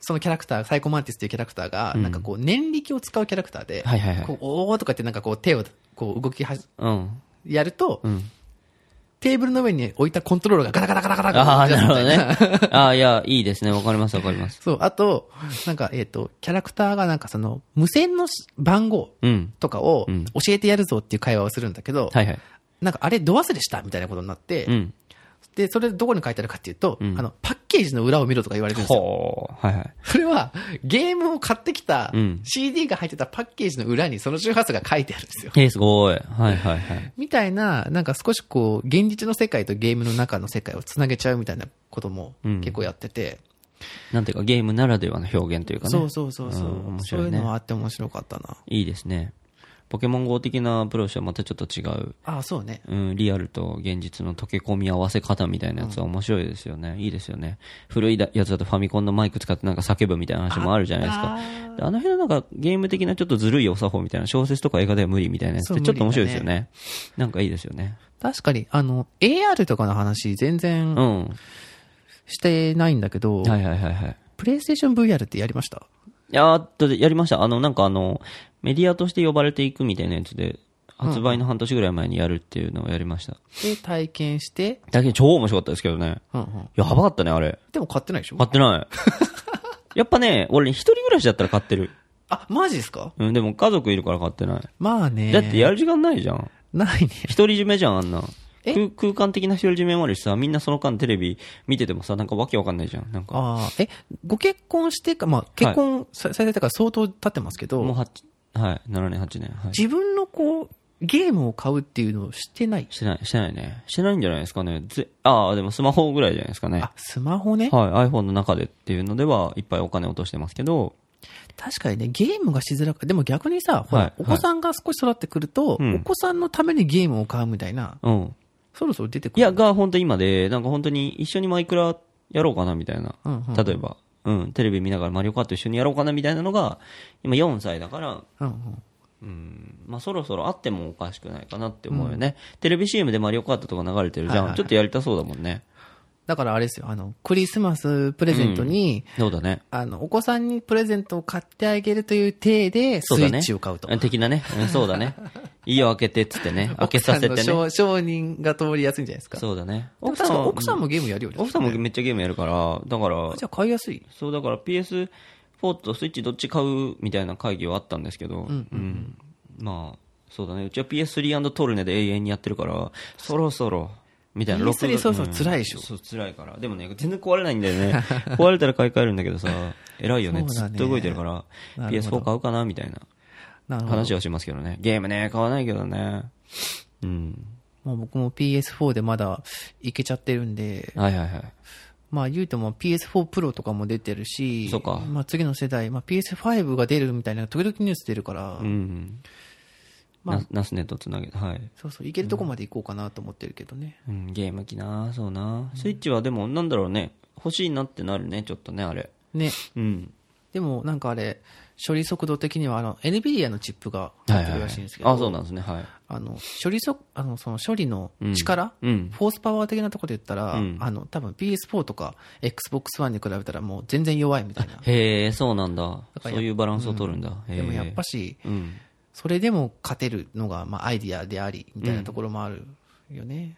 Speaker 1: そのキャラクター、サイコマンティスというキャラクターが、なんかこう、念力を使うキャラクターで、
Speaker 2: はいはいはい
Speaker 1: こう、おーとかってなんかこう、手を、こう、動きはじ、
Speaker 2: うん。
Speaker 1: やると、
Speaker 2: うん。
Speaker 1: テーブルの上に置いたコントローラーがガタガタガタガタ
Speaker 2: ああ、なるほど
Speaker 1: みたいな
Speaker 2: ね。 ああ、いや、いいですね。わかりますわかります。
Speaker 1: そう、あと、なんか、えっ、と、キャラクターがなんかその、無線のし番号
Speaker 2: うん。
Speaker 1: とかを
Speaker 2: うん
Speaker 1: 教えてやるぞっていう会話をするんだけど、
Speaker 2: はいはい。
Speaker 1: なんかあれ、ど忘れしたみたいなことになって、
Speaker 2: うん。
Speaker 1: で、それどこに書いてあるかっていうと、
Speaker 2: うん
Speaker 1: あの、パッケージの裏を見ろとか言われるんですよ。
Speaker 2: ほう。はいはい。
Speaker 1: それは、ゲームを買ってきた
Speaker 2: うん
Speaker 1: CD が入ってたパッケージの裏にその周波数が書いてあるんですよ。
Speaker 2: えー、すごい。はいはいはい。
Speaker 1: みたいな、なんか少しこう、現実の世界とゲームの中の世界をつなげちゃうみたいなことも
Speaker 2: うん
Speaker 1: 結構やってて、
Speaker 2: なんていうか、ゲームならではの表現というかね。
Speaker 1: そうそうそうそう、
Speaker 2: ん面
Speaker 1: そう
Speaker 2: 白
Speaker 1: いう
Speaker 2: いね
Speaker 1: の。はあって面白かったな。
Speaker 2: いいですね。ポケモン GO 的なアプローチはまたちょっと違う。
Speaker 1: ああ、そうね。
Speaker 2: うん、リアルと現実の溶け込み合わせ方みたいなやつは面白いですよね。いいですよね。古いだやつだとファミコンのマイク使ってなんか叫ぶみたいな話もあるじゃないですか。
Speaker 1: あ
Speaker 2: あの辺のなんかゲーム的なちょっとずるいお作法みたいな小説とか映画では無理みたいなやつって
Speaker 1: そう
Speaker 2: ちょっと面白いですよ
Speaker 1: 無
Speaker 2: ね。なんかいいですよね。
Speaker 1: 確かに、あの、AR とかの話全
Speaker 2: う
Speaker 1: 然
Speaker 2: ん。は
Speaker 1: してないんだけど、
Speaker 2: いはいはいはい。
Speaker 1: プレイステーション VR ってやりました
Speaker 2: やっと、やりました。あの、なんかあの、メディアとして呼ばれていくみたいなやつで、発売の半年ぐらい前にやるっていうのをやりました。
Speaker 1: で、体験して、
Speaker 2: だけど超面白かったですけどね。
Speaker 1: うんうん。
Speaker 2: やばかったね、あれ。
Speaker 1: でも買ってないでしょ
Speaker 2: 買ってない。 やっぱね、俺一人暮らしだったら買ってる。
Speaker 1: あ、マジですか
Speaker 2: うん、でも家族いるから買ってない。
Speaker 1: まあね。
Speaker 2: だってやる時間ないじゃん。
Speaker 1: ないね。
Speaker 2: 独り占めじゃん、あんな。
Speaker 1: え
Speaker 2: 空空間的な独り占めもあるしさ、みんなその間テレビ見ててもさ、なんかわけわかんないじゃん。なんか、
Speaker 1: ああ、え、ご結婚してか、まあ、結婚さされてから相当経ってますけど、
Speaker 2: もう八はい、7年、8年。はい。
Speaker 1: 自分のこう、ゲームを買うっていうのをしてない。
Speaker 2: してない、してないね。してないんじゃないですかね。ぜああ、でもスマホぐらいじゃないですかね。は
Speaker 1: あ、スマホね
Speaker 2: い、。iPhone の中でっていうのでは、いっぱいお金落としてますけど、
Speaker 1: 確かにね、ゲームがしづらく、でも逆にさ、ほら
Speaker 2: はい
Speaker 1: お子さんが少し育ってくると、
Speaker 2: うん
Speaker 1: お子さんのためにゲームを買うみたいな、
Speaker 2: うん。
Speaker 1: そろそろ出てく
Speaker 2: い
Speaker 1: る。
Speaker 2: や、が本当今で、なんか本当に一緒にマイクラやろうかなみたいな。
Speaker 1: うんうん
Speaker 2: 例えば、うん、テレビ見ながらマリオカート一緒にやろうかなみたいなのが、今4歳だから、
Speaker 1: うんうん、
Speaker 2: うん、まあそろそろあってもおかしくないかなって思うよね。テレビ CM でマリオカートとか流れてるじゃ
Speaker 1: は
Speaker 2: ん。
Speaker 1: いはいはい
Speaker 2: ちょっとやりたそうだもんね。
Speaker 1: だからあれですよ、あの、クリスマスプレゼントに、
Speaker 2: そうだね。
Speaker 1: あの、お子さんにプレゼントを買ってあげるという体で、ス
Speaker 2: そう
Speaker 1: イ
Speaker 2: だね。
Speaker 1: ッチを買うと。
Speaker 2: ん的なね。うんそうだね。 家を開けてっつってね。開けさせて
Speaker 1: 奥さん
Speaker 2: ね。
Speaker 1: の商商人が通りやすいんじゃないですか。
Speaker 2: そうだね。
Speaker 1: でも確か奥さん
Speaker 2: も、
Speaker 1: もゲームやるよね。
Speaker 2: 奥さんもめっちゃゲームやるから、だから
Speaker 1: あ、じゃあ買いやすい。
Speaker 2: そうだから PS4 とスイッチどっち買うみたいな会議はあったんですけど、うんまあそうだね。うちは PS3& トルネで永遠にやってるから、そろそろ、みたいな。
Speaker 1: PS3
Speaker 2: 録画
Speaker 1: そろそろ辛いでしょ
Speaker 2: うんそう、辛いから。でもね、全然壊れないんだ よね。壊れたら買い替えるんだけどさ、偉いよね。
Speaker 1: そう
Speaker 2: ず
Speaker 1: だ
Speaker 2: っ
Speaker 1: ね
Speaker 2: と動いてるから、
Speaker 1: なるほ
Speaker 2: PS4 買うかなみたいな
Speaker 1: なるほど。
Speaker 2: 話はしますけどね。ゲームね、買わないけどね。うん。
Speaker 1: まあ僕も PS4 でまだいけちゃってるんで、
Speaker 2: はいはいはい。
Speaker 1: まあ言うても PS4 プロとかも出てるし、
Speaker 2: そうか
Speaker 1: まあ次の世代、まあ PS5 が出るみたいな時々ニュース出るから、
Speaker 2: うん。
Speaker 1: まあ
Speaker 2: なナスネとつなげて、はい。
Speaker 1: そうそう、いけるとこまで行こうかなと思ってるけどね。
Speaker 2: うん、ゲーム機なそうなスイッチはでも、なんだろうね。欲しいなってなるね、ちょっとね、あれ。
Speaker 1: ね。
Speaker 2: うん。
Speaker 1: でもなんかあれ、処理速度的にはあの、NVIDIA のチップが
Speaker 2: は
Speaker 1: 入
Speaker 2: い
Speaker 1: って
Speaker 2: はい
Speaker 1: るら
Speaker 2: はい
Speaker 1: しいんですけど、
Speaker 2: あ、そうなんですね、はい。
Speaker 1: あの、処理速、あの、その処理の力、
Speaker 2: うん。
Speaker 1: フォースパワー的なところで言ったら、
Speaker 2: うん
Speaker 1: あの、多分 PS4 とか Xbox One に比べたらもう全然弱いみたいな。
Speaker 2: へえ、そうなんだ。
Speaker 1: か
Speaker 2: そ
Speaker 1: らやっ
Speaker 2: ういうバランスを取るんだ。へえ
Speaker 1: でもやっぱし、
Speaker 2: うん。
Speaker 1: それでも勝てるのが、まあ、アイディアであり、みたいなところもあるよね。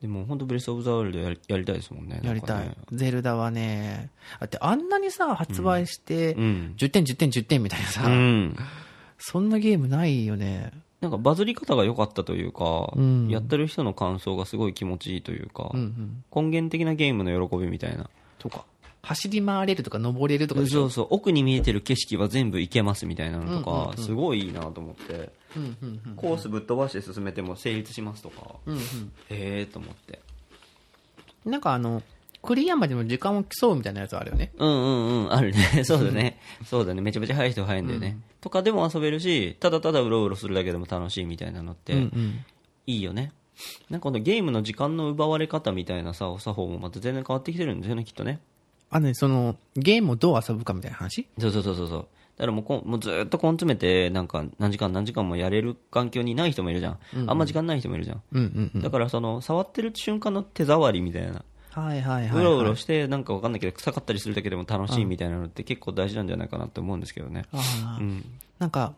Speaker 2: でも本当ブレスオブザワールドやりやりたいですもんね。
Speaker 1: やりた、
Speaker 2: ないんかね
Speaker 1: ゼルダはね、だってあんなにさ、発売して、
Speaker 2: うん。
Speaker 1: 10点、10点、10点みたいなさ、
Speaker 2: うん。
Speaker 1: そんなゲームないよね。
Speaker 2: なんかバズり方が良かったというか、
Speaker 1: うん
Speaker 2: やってる人の感想がすごい気持ちいいというか、
Speaker 1: うんうん。
Speaker 2: 根源的なゲームの喜びみたいな。
Speaker 1: とか、走り回れるとか、登れるとかでしょ。
Speaker 2: そうそう、奥に見えてる景色は全部行けますみたいなのとか、すごいいいなと思って、
Speaker 1: うんうんうん。
Speaker 2: コースぶっ飛ばして進めても成立しますとか、
Speaker 1: うん
Speaker 2: へえと思って。
Speaker 1: うん。なんかあの、クリアまでの時間を競うみたいなやつあるよね。
Speaker 2: うんうんうん、あるね。 そうだね。そうだね。めちゃめちゃ速い人は速いんだよね。とかでも遊べるし、ただただうろうろするだけでも楽しいみたいなのって、
Speaker 1: うん。
Speaker 2: いいよね。なんかこのゲームの時間の奪われ方みたいなさ、お作法もまた全然変わってきてるんですよね、きっとね。
Speaker 1: あのね、その、ゲームをどう遊ぶかみたいな話
Speaker 2: そうそうそうそうそう。だからもうこんもうずーっと根詰めて、なんか何時間何時間もやれる環境にない人もいるじゃん。あんま時間ない人もいるじゃん。
Speaker 1: うんうんうん。
Speaker 2: だからその、触ってる瞬間の手触りみたいな。
Speaker 1: はいはいは
Speaker 2: う
Speaker 1: い、は
Speaker 2: ろ
Speaker 1: い。
Speaker 2: うろして、なんかわかんないけど、臭かったりするだけでも楽しいみたいなのって結構大事なんじゃないかなって思うんですけどね。
Speaker 1: ああ、
Speaker 2: うん。
Speaker 1: なんか、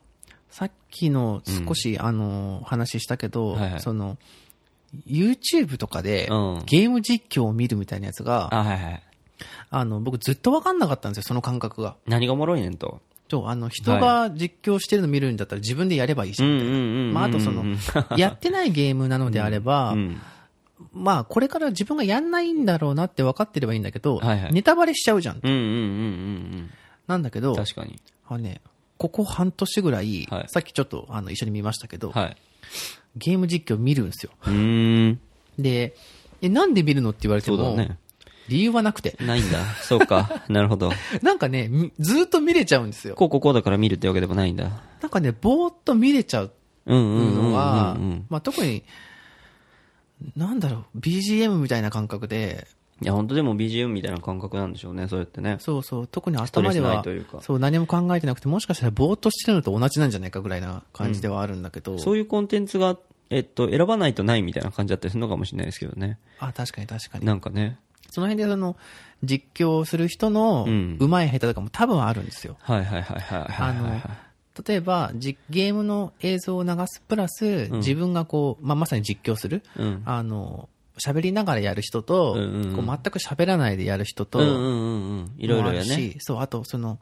Speaker 1: さっきの少し、あの、話したけど、
Speaker 2: はいはい
Speaker 1: その、YouTube とかで、
Speaker 2: うん
Speaker 1: ゲーム実況を見るみたいなやつが、あ
Speaker 2: あ、はいはい。
Speaker 1: の、僕ずっとわかんなかったんですよ、その感覚が。
Speaker 2: 何がおもろいねんと。
Speaker 1: そう、あの、人が実況してるの見るんだったら自分でやればいいし、
Speaker 2: うん
Speaker 1: み
Speaker 2: う
Speaker 1: たいな
Speaker 2: んうんうん。
Speaker 1: まあ、あとその
Speaker 2: うん、
Speaker 1: やってないゲームなのであれば、
Speaker 2: うん。
Speaker 1: まあ、これから自分がやんないんだろうなって分かってればいいんだけど、
Speaker 2: はいはい
Speaker 1: ネタバレしちゃうじゃん。
Speaker 2: うんうんうんうん
Speaker 1: なんだけ
Speaker 2: うん。
Speaker 1: ど、
Speaker 2: 確かに。
Speaker 1: あのね、ここ半年ぐらい、
Speaker 2: はい
Speaker 1: さっきちょっとあの一緒に見ましたけど、
Speaker 2: はい。
Speaker 1: ゲーム実況見るんですよ。
Speaker 2: うーん。
Speaker 1: で、え、なんで見るのって言われて
Speaker 2: そうだ
Speaker 1: も、
Speaker 2: ね。
Speaker 1: 理由はなくて。
Speaker 2: ないんだ。そう か。なるほど。
Speaker 1: なんかね、みずーっと見れちゃうんですよ。
Speaker 2: こうこうこうだから見るってわけでもないんだ。
Speaker 1: なんかね、ぼーっと見れちゃう
Speaker 2: うんうんうんうんうん。
Speaker 1: のは、
Speaker 2: うん
Speaker 1: まあ特に、なんだろう、BGM みたいな感覚で、
Speaker 2: いや、本当でも BGM みたいな感覚なんでしょうね、それってね。
Speaker 1: そうそう、特に
Speaker 2: トレ
Speaker 1: 頭
Speaker 2: ス
Speaker 1: で
Speaker 2: ない
Speaker 1: は
Speaker 2: というか、
Speaker 1: そう、何も考えてなくて、もしかしたらぼーっとしてるのと同じなんじゃないかぐらいな感じではあるんだけど、
Speaker 2: そういうコンテンツが、えっと、選ばないとないみたいな感じだったりするのかもしれないですけどね。
Speaker 1: あ、確かに確かに。
Speaker 2: なんかね。
Speaker 1: その辺でその、実況する人の
Speaker 2: うん、
Speaker 1: 上手い下手とかも多分あるんですよ。
Speaker 2: はいはいはいはいはい
Speaker 1: あ
Speaker 2: はい
Speaker 1: の
Speaker 2: はい。、
Speaker 1: 例えば、じゲームの映像を流すプラス、自分がこう、まあ、まさに実況する、
Speaker 2: うん
Speaker 1: あの、喋りながらやる人と、
Speaker 2: うんうんうん
Speaker 1: こう全く喋らないでやる人と、
Speaker 2: うんうんうんうん。いろいろや
Speaker 1: もある
Speaker 2: ね。
Speaker 1: しそう、あと、その、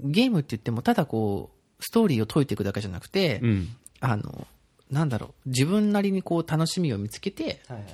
Speaker 1: ゲームって言っても、ただこう、ストーリーを解いていくだけじゃなくて、
Speaker 2: うん。
Speaker 1: あの、なんだろう、自分なりにこう、楽しみを見つけて、
Speaker 2: はいはい。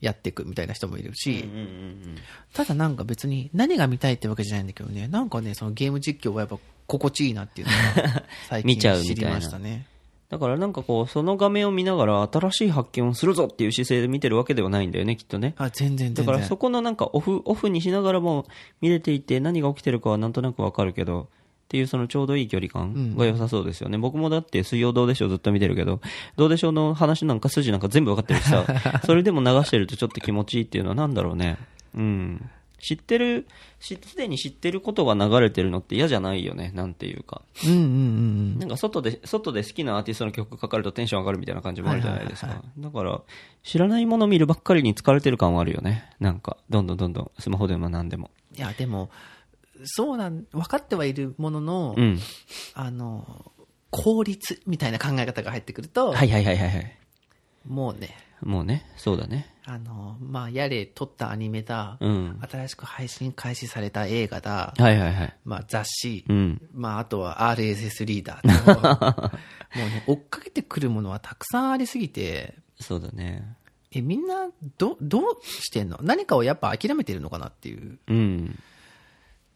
Speaker 1: やっていくみたいな人もいるし、
Speaker 2: うんうんうん
Speaker 1: ただなんか別に何が見たいってわけじゃないんだけどね、なんかね、そのゲーム実況はやっぱ心地いいなっていうのが 最近
Speaker 2: 見ちゃうみた
Speaker 1: 知
Speaker 2: いな
Speaker 1: りましたね。
Speaker 2: だからなんかこう、その画面を見ながら新しい発見をするぞっていう姿勢で見てるわけではないんだよね、きっとね。
Speaker 1: あ、全然
Speaker 2: だ
Speaker 1: 全
Speaker 2: から
Speaker 1: 然。
Speaker 2: そこのなんかオフ、オフにしながらも見れていて何が起きてるかはなんとなくわかるけど、っていうそのちょうどいい距離感が良さそうですよね。僕もだって水曜どうでしょうずっと見てるけど、どうでしょうの話なんか筋なんか全部わかってるし さ、それでも流してるとちょっと気持ちいいっていうのはなんだろうね。うん。知ってる、しすでに知ってることが流れてるのって嫌じゃないよね、なんていうか。
Speaker 1: うんうんうん
Speaker 2: なんか外で、外で好きなアーティストの曲かかるとテンション上がるみたいな感じもあるじゃないですか。だから、知らないもの見るばっかりに疲れてる感はあるよね。なんか、どんどんどんどん、スマホでも何でも。
Speaker 1: うん。いや、でも、そうなん、分かってはいるものの、
Speaker 2: うん。
Speaker 1: あの、効率みたいな考え方が入ってくると、
Speaker 2: はいはいはいはいはい。
Speaker 1: もうね、
Speaker 2: もうね、そうだね。
Speaker 1: あの、まあ、やれ撮ったアニメだ、
Speaker 2: うん。
Speaker 1: 新しく配信開始された映画だ、
Speaker 2: はいはいはい。
Speaker 1: まあ、雑誌、
Speaker 2: うん。
Speaker 1: まあ、あとは RSS リーダ ーともうね、追っかけてくるものはたくさんありすぎて、
Speaker 2: そうだね。
Speaker 1: え、みんな、ど、どうしてんの何かをやっぱ諦めてるのかなっていう。
Speaker 2: うん。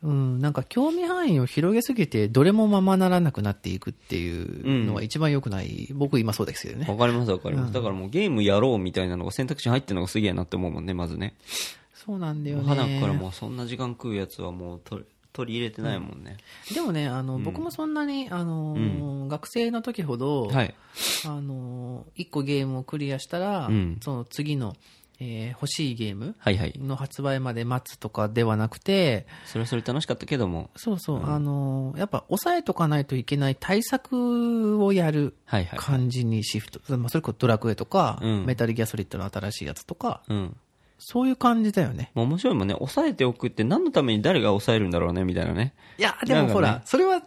Speaker 1: うん、なんか興味範囲を広げすぎて、どれもままならなくなっていくっていうのは一番良くない。僕今そうですけどね。
Speaker 2: わかりますわかります。だからもうゲームやろうみたいなのが選択肢入ってるのがすげえなって思うもんね、まずね。
Speaker 1: そうなんだよ
Speaker 2: 花
Speaker 1: ね。
Speaker 2: からもうそんな時間食うやつはもう取り取り入れてないもんね。
Speaker 1: でもね、あの、僕もそんなに、あのー、学生の時ほど、
Speaker 2: はい。
Speaker 1: あのー、一個ゲームをクリアしたら、
Speaker 2: うん
Speaker 1: その次の、えー欲しいゲーム
Speaker 2: はいはい。
Speaker 1: の発売まで待つとかではなくて、
Speaker 2: それはそれ楽しかったけども。
Speaker 1: そうそう、あのー、やっぱ抑えとかないといけない対策をやる
Speaker 2: はいはい。
Speaker 1: 感じにシフト。まあ、それこそドラクエとか、
Speaker 2: うん
Speaker 1: メタルギアソリッドの新しいやつとか、
Speaker 2: うん。
Speaker 1: そういう感じだよね。
Speaker 2: まあ面白いもんね。抑えておくって何のために誰が抑えるんだろうね、みたいなね。
Speaker 1: いや、でもほ
Speaker 2: なん
Speaker 1: ら、
Speaker 2: かね
Speaker 1: それは、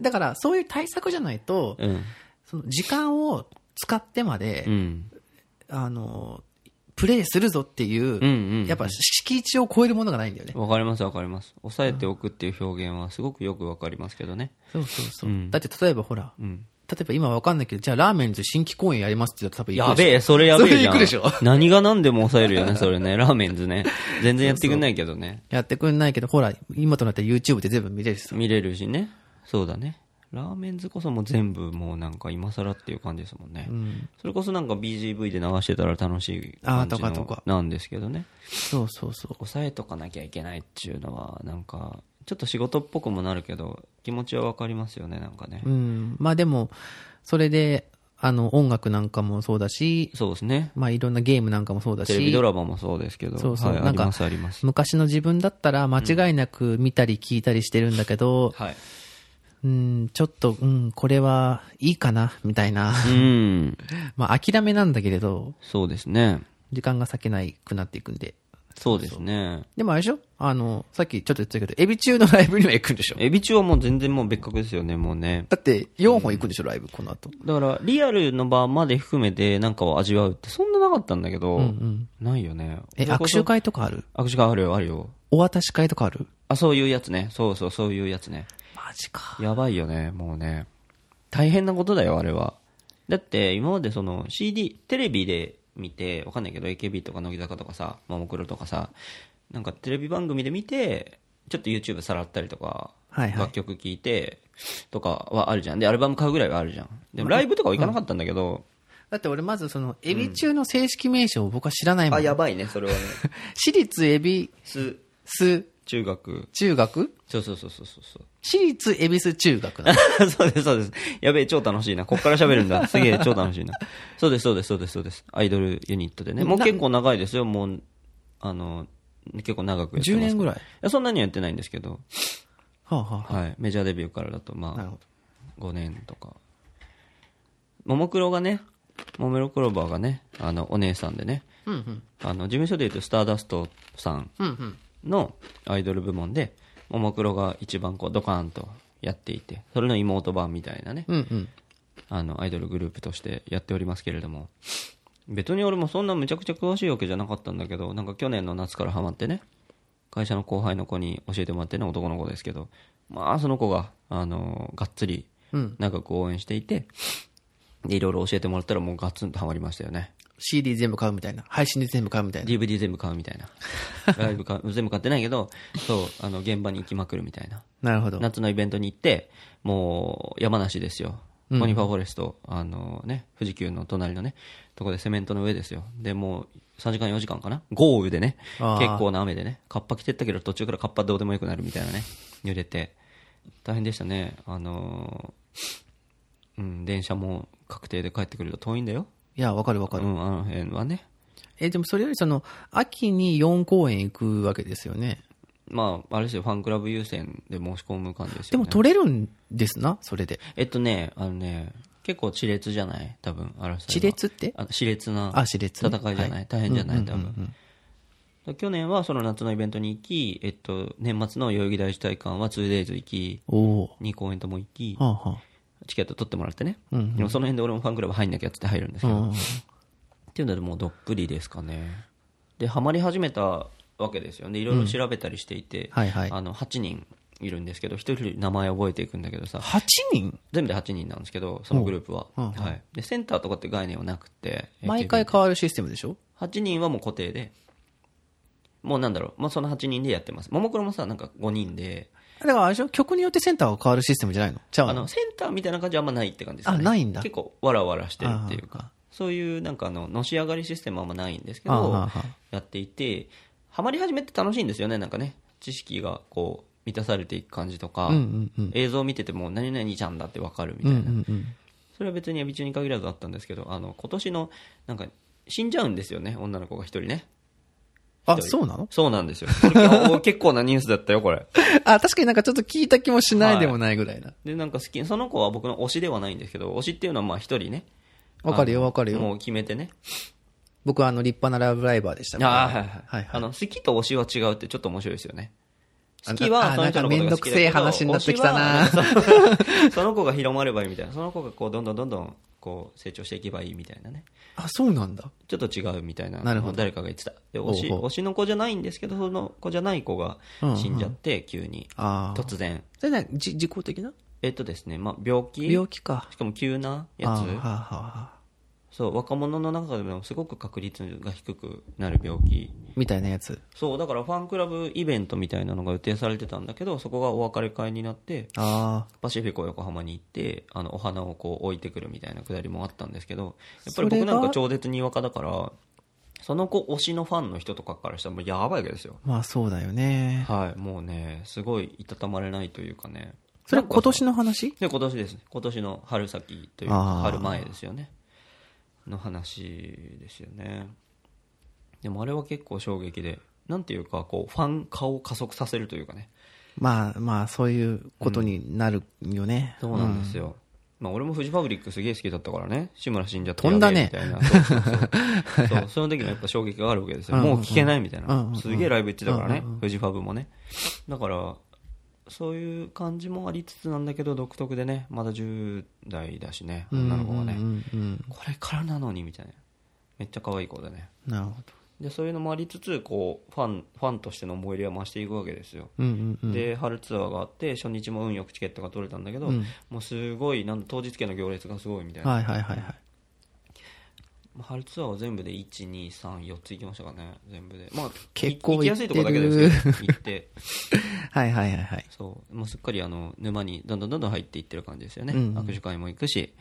Speaker 1: だからそういう対策じゃないと、
Speaker 2: うん。
Speaker 1: その時間を使ってまで、
Speaker 2: うん。
Speaker 1: あの、プレイするぞっていう、
Speaker 2: うんうん。
Speaker 1: やっぱ敷地を超えるものがないんだよね。
Speaker 2: わかりますわかります。抑えておくっていう表現はすごくよくわかりますけどね。
Speaker 1: そうそうそう。
Speaker 2: うん
Speaker 1: だって例えばほら、
Speaker 2: うん。
Speaker 1: 例えば今わかんないけど、じゃあラーメンズ新規公演やりますって言ったら多分行
Speaker 2: や
Speaker 1: くでしょ
Speaker 2: べえ、それやべえじゃん。
Speaker 1: それ行くでしょ
Speaker 2: 何が何でも抑えるよね、それね。ラーメンズね。全然やってくんないけどね。
Speaker 1: やってくんないけど、ほら、今となって YouTube で全部見れるしさ。
Speaker 2: 見れるしね。そうだね。ラーメンズこそもう全部もうなんか今更っていう感じですもんね。それこそなんか BGV で流してたら楽しい
Speaker 1: あー
Speaker 2: 感じ
Speaker 1: とかとか
Speaker 2: のなんですけどね。
Speaker 1: そうそうそう。
Speaker 2: 抑えとかなきゃいけないっていうのはなんかちょっと仕事っぽくもなるけど気持ちはわかりますよねなんかね、
Speaker 1: うん。まあでも、それで、あの、音楽なんかもそうだし、
Speaker 2: そうですね
Speaker 1: まあいろんなゲームなんかもそうだ
Speaker 2: テレビ
Speaker 1: し
Speaker 2: ド、ラマもそうですけど
Speaker 1: そうそう
Speaker 2: はい、
Speaker 1: な
Speaker 2: あ
Speaker 1: ん
Speaker 2: り
Speaker 1: か
Speaker 2: ますあります
Speaker 1: 昔の自分だったら間違いなく見たり聞いたりしてるんだけど、
Speaker 2: はい
Speaker 1: うん、ちょっと、うん、これはいいかな、みたいな。
Speaker 2: うん
Speaker 1: まあ諦めなんだけれど、
Speaker 2: そうですね
Speaker 1: 時間が割けないくなっていくんで。
Speaker 2: そうですね
Speaker 1: でもあれでしょあの、さっきちょっと言ってたけど、エビ中のライブには行くんでしょ
Speaker 2: エビ中はもう全然もう別格ですよねもうね
Speaker 1: だって4本行くんでしょ、ライブ、この後。
Speaker 2: だからリアルの場まで含めてなんかを味わうってそんななかったんだけど、ないよね
Speaker 1: え、
Speaker 2: それこ
Speaker 1: 握
Speaker 2: そ
Speaker 1: 手会とかある
Speaker 2: 握手会あるよあるよ
Speaker 1: お渡し会とかある
Speaker 2: あそういうやつねそうそうそういうやつね
Speaker 1: マジか。
Speaker 2: やばいよね、もうね。大変なことだよ、あれは。だって、今までその CD、テレビで見て、わかんないけど、AKB とか乃木坂とかさ、ももクロとかさ、なんかテレビ番組で見て、ちょっと YouTube さらったりとか、
Speaker 1: はいはい
Speaker 2: 楽曲聴いて、とかはあるじゃん。で、アルバム買うぐらいはあるじゃん。でもライブとかは行かなかったんだけど、
Speaker 1: だって俺まずその、エビ中の正式名称を僕は知らないもん。
Speaker 2: あ、やばいね、それはね。
Speaker 1: 私立エビ
Speaker 2: す、
Speaker 1: ス
Speaker 2: 中学。
Speaker 1: 中学
Speaker 2: そうそうそうそうそうそう。
Speaker 1: 私立恵比寿中学なの
Speaker 2: そうです、そうです。やべえ、超楽しいな。こっから喋るんだ。すげえ、超楽しいな。そうです、そうです、そうです、そうです。アイドルユニットでね。もう結構長いですよ、もう、あの、結構長く やってま
Speaker 1: 10
Speaker 2: す。
Speaker 1: 年ぐらい。
Speaker 2: いやそんなにはやってないんですけど、
Speaker 1: はあ、は
Speaker 2: はい。メジャーデビューからだと、
Speaker 1: あ、なる
Speaker 2: ま
Speaker 1: ほど。
Speaker 2: あ、5年とか。ももクロがね、ももクローバーがね、あの、お姉さんでね、
Speaker 1: うんうん。
Speaker 2: あの、事務所で言うと、スターダストさん
Speaker 1: うんうん。
Speaker 2: のアイドル部門で、ももクロが一番こう、ドカーンとやっていて、それの妹版みたいなね。
Speaker 1: うんうん。
Speaker 2: あの、アイドルグループとしてやっておりますけれども、別に俺もそんなむちゃくちゃ詳しいわけじゃなかったんだけど、なんか去年の夏からハマってね、会社の後輩の子に教えてもらってね、男の子ですけど、まあその子が、あの、がっつり、
Speaker 1: うん
Speaker 2: 長く応援していて、で、いろいろ教えてもらったらもうガツンとハマりましたよね。
Speaker 1: CD 全部買うみたいな。配信で全部買うみたいな。
Speaker 2: DVD 全部買うみた いな。ライブ買う、全部買ってないけど、そう、あの、現場に行きまくるみたいな。
Speaker 1: なるほど。
Speaker 2: 夏のイベントに行って、もう山梨ですよ、コニファーフォレスト、あのね、富士急の隣のね、とこでセメントの上ですよ、でもう3時間、4時間かな、豪雨でね、
Speaker 1: あー
Speaker 2: 結構な雨でね、カッパ着てったけど、途中からカッパどうでもよくなるみたいなね、揺れて、大変でしたね、あのーうん、電車も確定で帰ってくると遠いんだよ、
Speaker 1: いや、わかるわ
Speaker 2: う
Speaker 1: かる。
Speaker 2: ん、あの辺はね、
Speaker 1: え、でもそれよりその、秋に4公演行くわけですよね。
Speaker 2: まあ、あれですよ、ファンクラブ優先で申し込む感じです
Speaker 1: で
Speaker 2: よね。
Speaker 1: も取れるんですな、それで。
Speaker 2: えっとね、あのね、結構熾烈じゃない多分、争いは
Speaker 1: 地列って
Speaker 2: あの熾烈な
Speaker 1: あ、熾烈
Speaker 2: 戦い
Speaker 1: ね。
Speaker 2: じゃない、大変じゃない多分、去年はその夏のイベントに行き、えっと、年末の代々木第一体育館は 2days 行き、
Speaker 1: おお
Speaker 2: 2公演とも行き
Speaker 1: ー。、はあはあ。
Speaker 2: チケット取ってもらってね。でもその辺で俺もファンクラブ入んなきゃっつって入るんですけど、っていうのでもうどっぷりですかねでハマり始めたわけですよねいろいろ調べたりしていて、
Speaker 1: はいはい
Speaker 2: あの8人いるんですけど一人一人名前覚えていくんだけどさ
Speaker 1: 8人
Speaker 2: 全部で8人なんですけどそのグループは、はい、でセンターとかって概念はなくて
Speaker 1: 毎回変わるシステムでしょ
Speaker 2: 8人はもう固定でもうなんだろう、もうその8人でやってますももクロもさなんか5人で
Speaker 1: だからあれでしょ曲によってセンターが変わるシステムじゃないのちゃう
Speaker 2: あ
Speaker 1: の
Speaker 2: のセンターみたいな感じはあんまないって感じですかね
Speaker 1: あないんだ
Speaker 2: 結構わらわらしてるっていうかそういうなんかあののし上がりシステムはあんまないんですけ
Speaker 1: あああ
Speaker 2: ど
Speaker 1: ああ
Speaker 2: やっていてハマり始めて楽しいんですよねなんかね知識がこう満たされていく感じとか、映像を見てても何々ちゃんだってわかるみたいな、
Speaker 1: うんうん
Speaker 2: それは別にエビ中に限らずあったんですけどあの今年のなんか死んじゃうんですよね女の子が一人ね
Speaker 1: あそうなの
Speaker 2: そうなん ですよこれ結構結構なニュースだったよこれ
Speaker 1: あ確かになんかちょっと聞いた気もしないでもないぐらいな
Speaker 2: でなんか好きその子は僕の推しではないんですけど推しっていうのはまあ一人ね
Speaker 1: わかるよわかるよ
Speaker 2: もう決めてね
Speaker 1: 僕はあの立派なラブライバーでしたから
Speaker 2: あーはいはい
Speaker 1: はいはい
Speaker 2: あの好きと推しは違うってちょっと面白いですよね
Speaker 1: あ
Speaker 2: 好きは
Speaker 1: あ
Speaker 2: その人のことが好きだけ
Speaker 1: なんか
Speaker 2: ど
Speaker 1: めんどくせえ話になってきたな
Speaker 2: 推しはその子が広まればいいみたいなその子がこうどんどんどんどんこう成長していけばいいみたいなね
Speaker 1: あそうなんだ
Speaker 2: ちょっと違うみたいな
Speaker 1: なるほど
Speaker 2: 誰かが言ってたで推し
Speaker 1: ほうほう
Speaker 2: 推しの子じゃないんですけどその子じゃない子が死んじゃって急に
Speaker 1: ああ
Speaker 2: 突然
Speaker 1: それねじ自己的な
Speaker 2: えっとですねまあ病気
Speaker 1: 病気か
Speaker 2: しかも急な
Speaker 1: あ
Speaker 2: や
Speaker 1: ー
Speaker 2: つ
Speaker 1: はあはあは
Speaker 2: そう若者の中でもすごく確率が低くなる病気
Speaker 1: あみたいなやつ
Speaker 2: そうだからファンクラブイベントみたいなのが予定されてたんだけどそこがお別れ会になって
Speaker 1: ああ
Speaker 2: パシフィコ横浜に行ってあのお花をこう置いてくるみたいなくだりもあったんですけどやっぱり
Speaker 1: それ
Speaker 2: 僕
Speaker 1: が
Speaker 2: なんか超絶にわかだからその子推しのファンの人とかからしたらもうやばいわけですよ
Speaker 1: まあそうだよね
Speaker 2: はいもうねすごいいたたまれないというかね
Speaker 1: それは今年の話
Speaker 2: で今年ですね今年の春先というか
Speaker 1: あー
Speaker 2: 春前ですよねの話ですよねでもあれは結構衝撃でなんていうかこうファン化を加速させるというかね
Speaker 1: まあまあそういうことになるよね、
Speaker 2: そうなんですよ、まあ俺もフジファブリックすげえ好きだったからね志村死んじゃって
Speaker 1: 飛んだね
Speaker 2: やべえみたいなそうそうそうそうその時もやっぱ衝撃があるわけですよもう聞けないみたい
Speaker 1: うんうんう
Speaker 2: なんすげえライブ行ってたからねフジファブもねだからそういう感じもありつつなんだけど独特でねまだ10代だしね女の子がね、
Speaker 1: うんうん
Speaker 2: これからなのにみたいなめっちゃ可愛い子だね
Speaker 1: なるほど
Speaker 2: でそういうのもありつつこうファンファンとしての思い入れは増していくわけですよ、
Speaker 1: うんうんうん
Speaker 2: で春ツアーがあって初日も運よくチケットが取れたんだけど、
Speaker 1: うん
Speaker 2: もうすごいなんだ当日券の行列がすごいみたいな、
Speaker 1: はいはいはいはい
Speaker 2: 春ツアーは全部で1234つ行きましたかね全部でまあ
Speaker 1: 結構
Speaker 2: い行きやすいとこ
Speaker 1: 行
Speaker 2: ろ
Speaker 1: っ
Speaker 2: だ
Speaker 1: て
Speaker 2: け
Speaker 1: る
Speaker 2: ですけど行って
Speaker 1: はいはいはいはい
Speaker 2: そうもうすっかりあの沼にどんどんどんどん入っていってる感じですよね、
Speaker 1: うんうん
Speaker 2: 握手会も行くし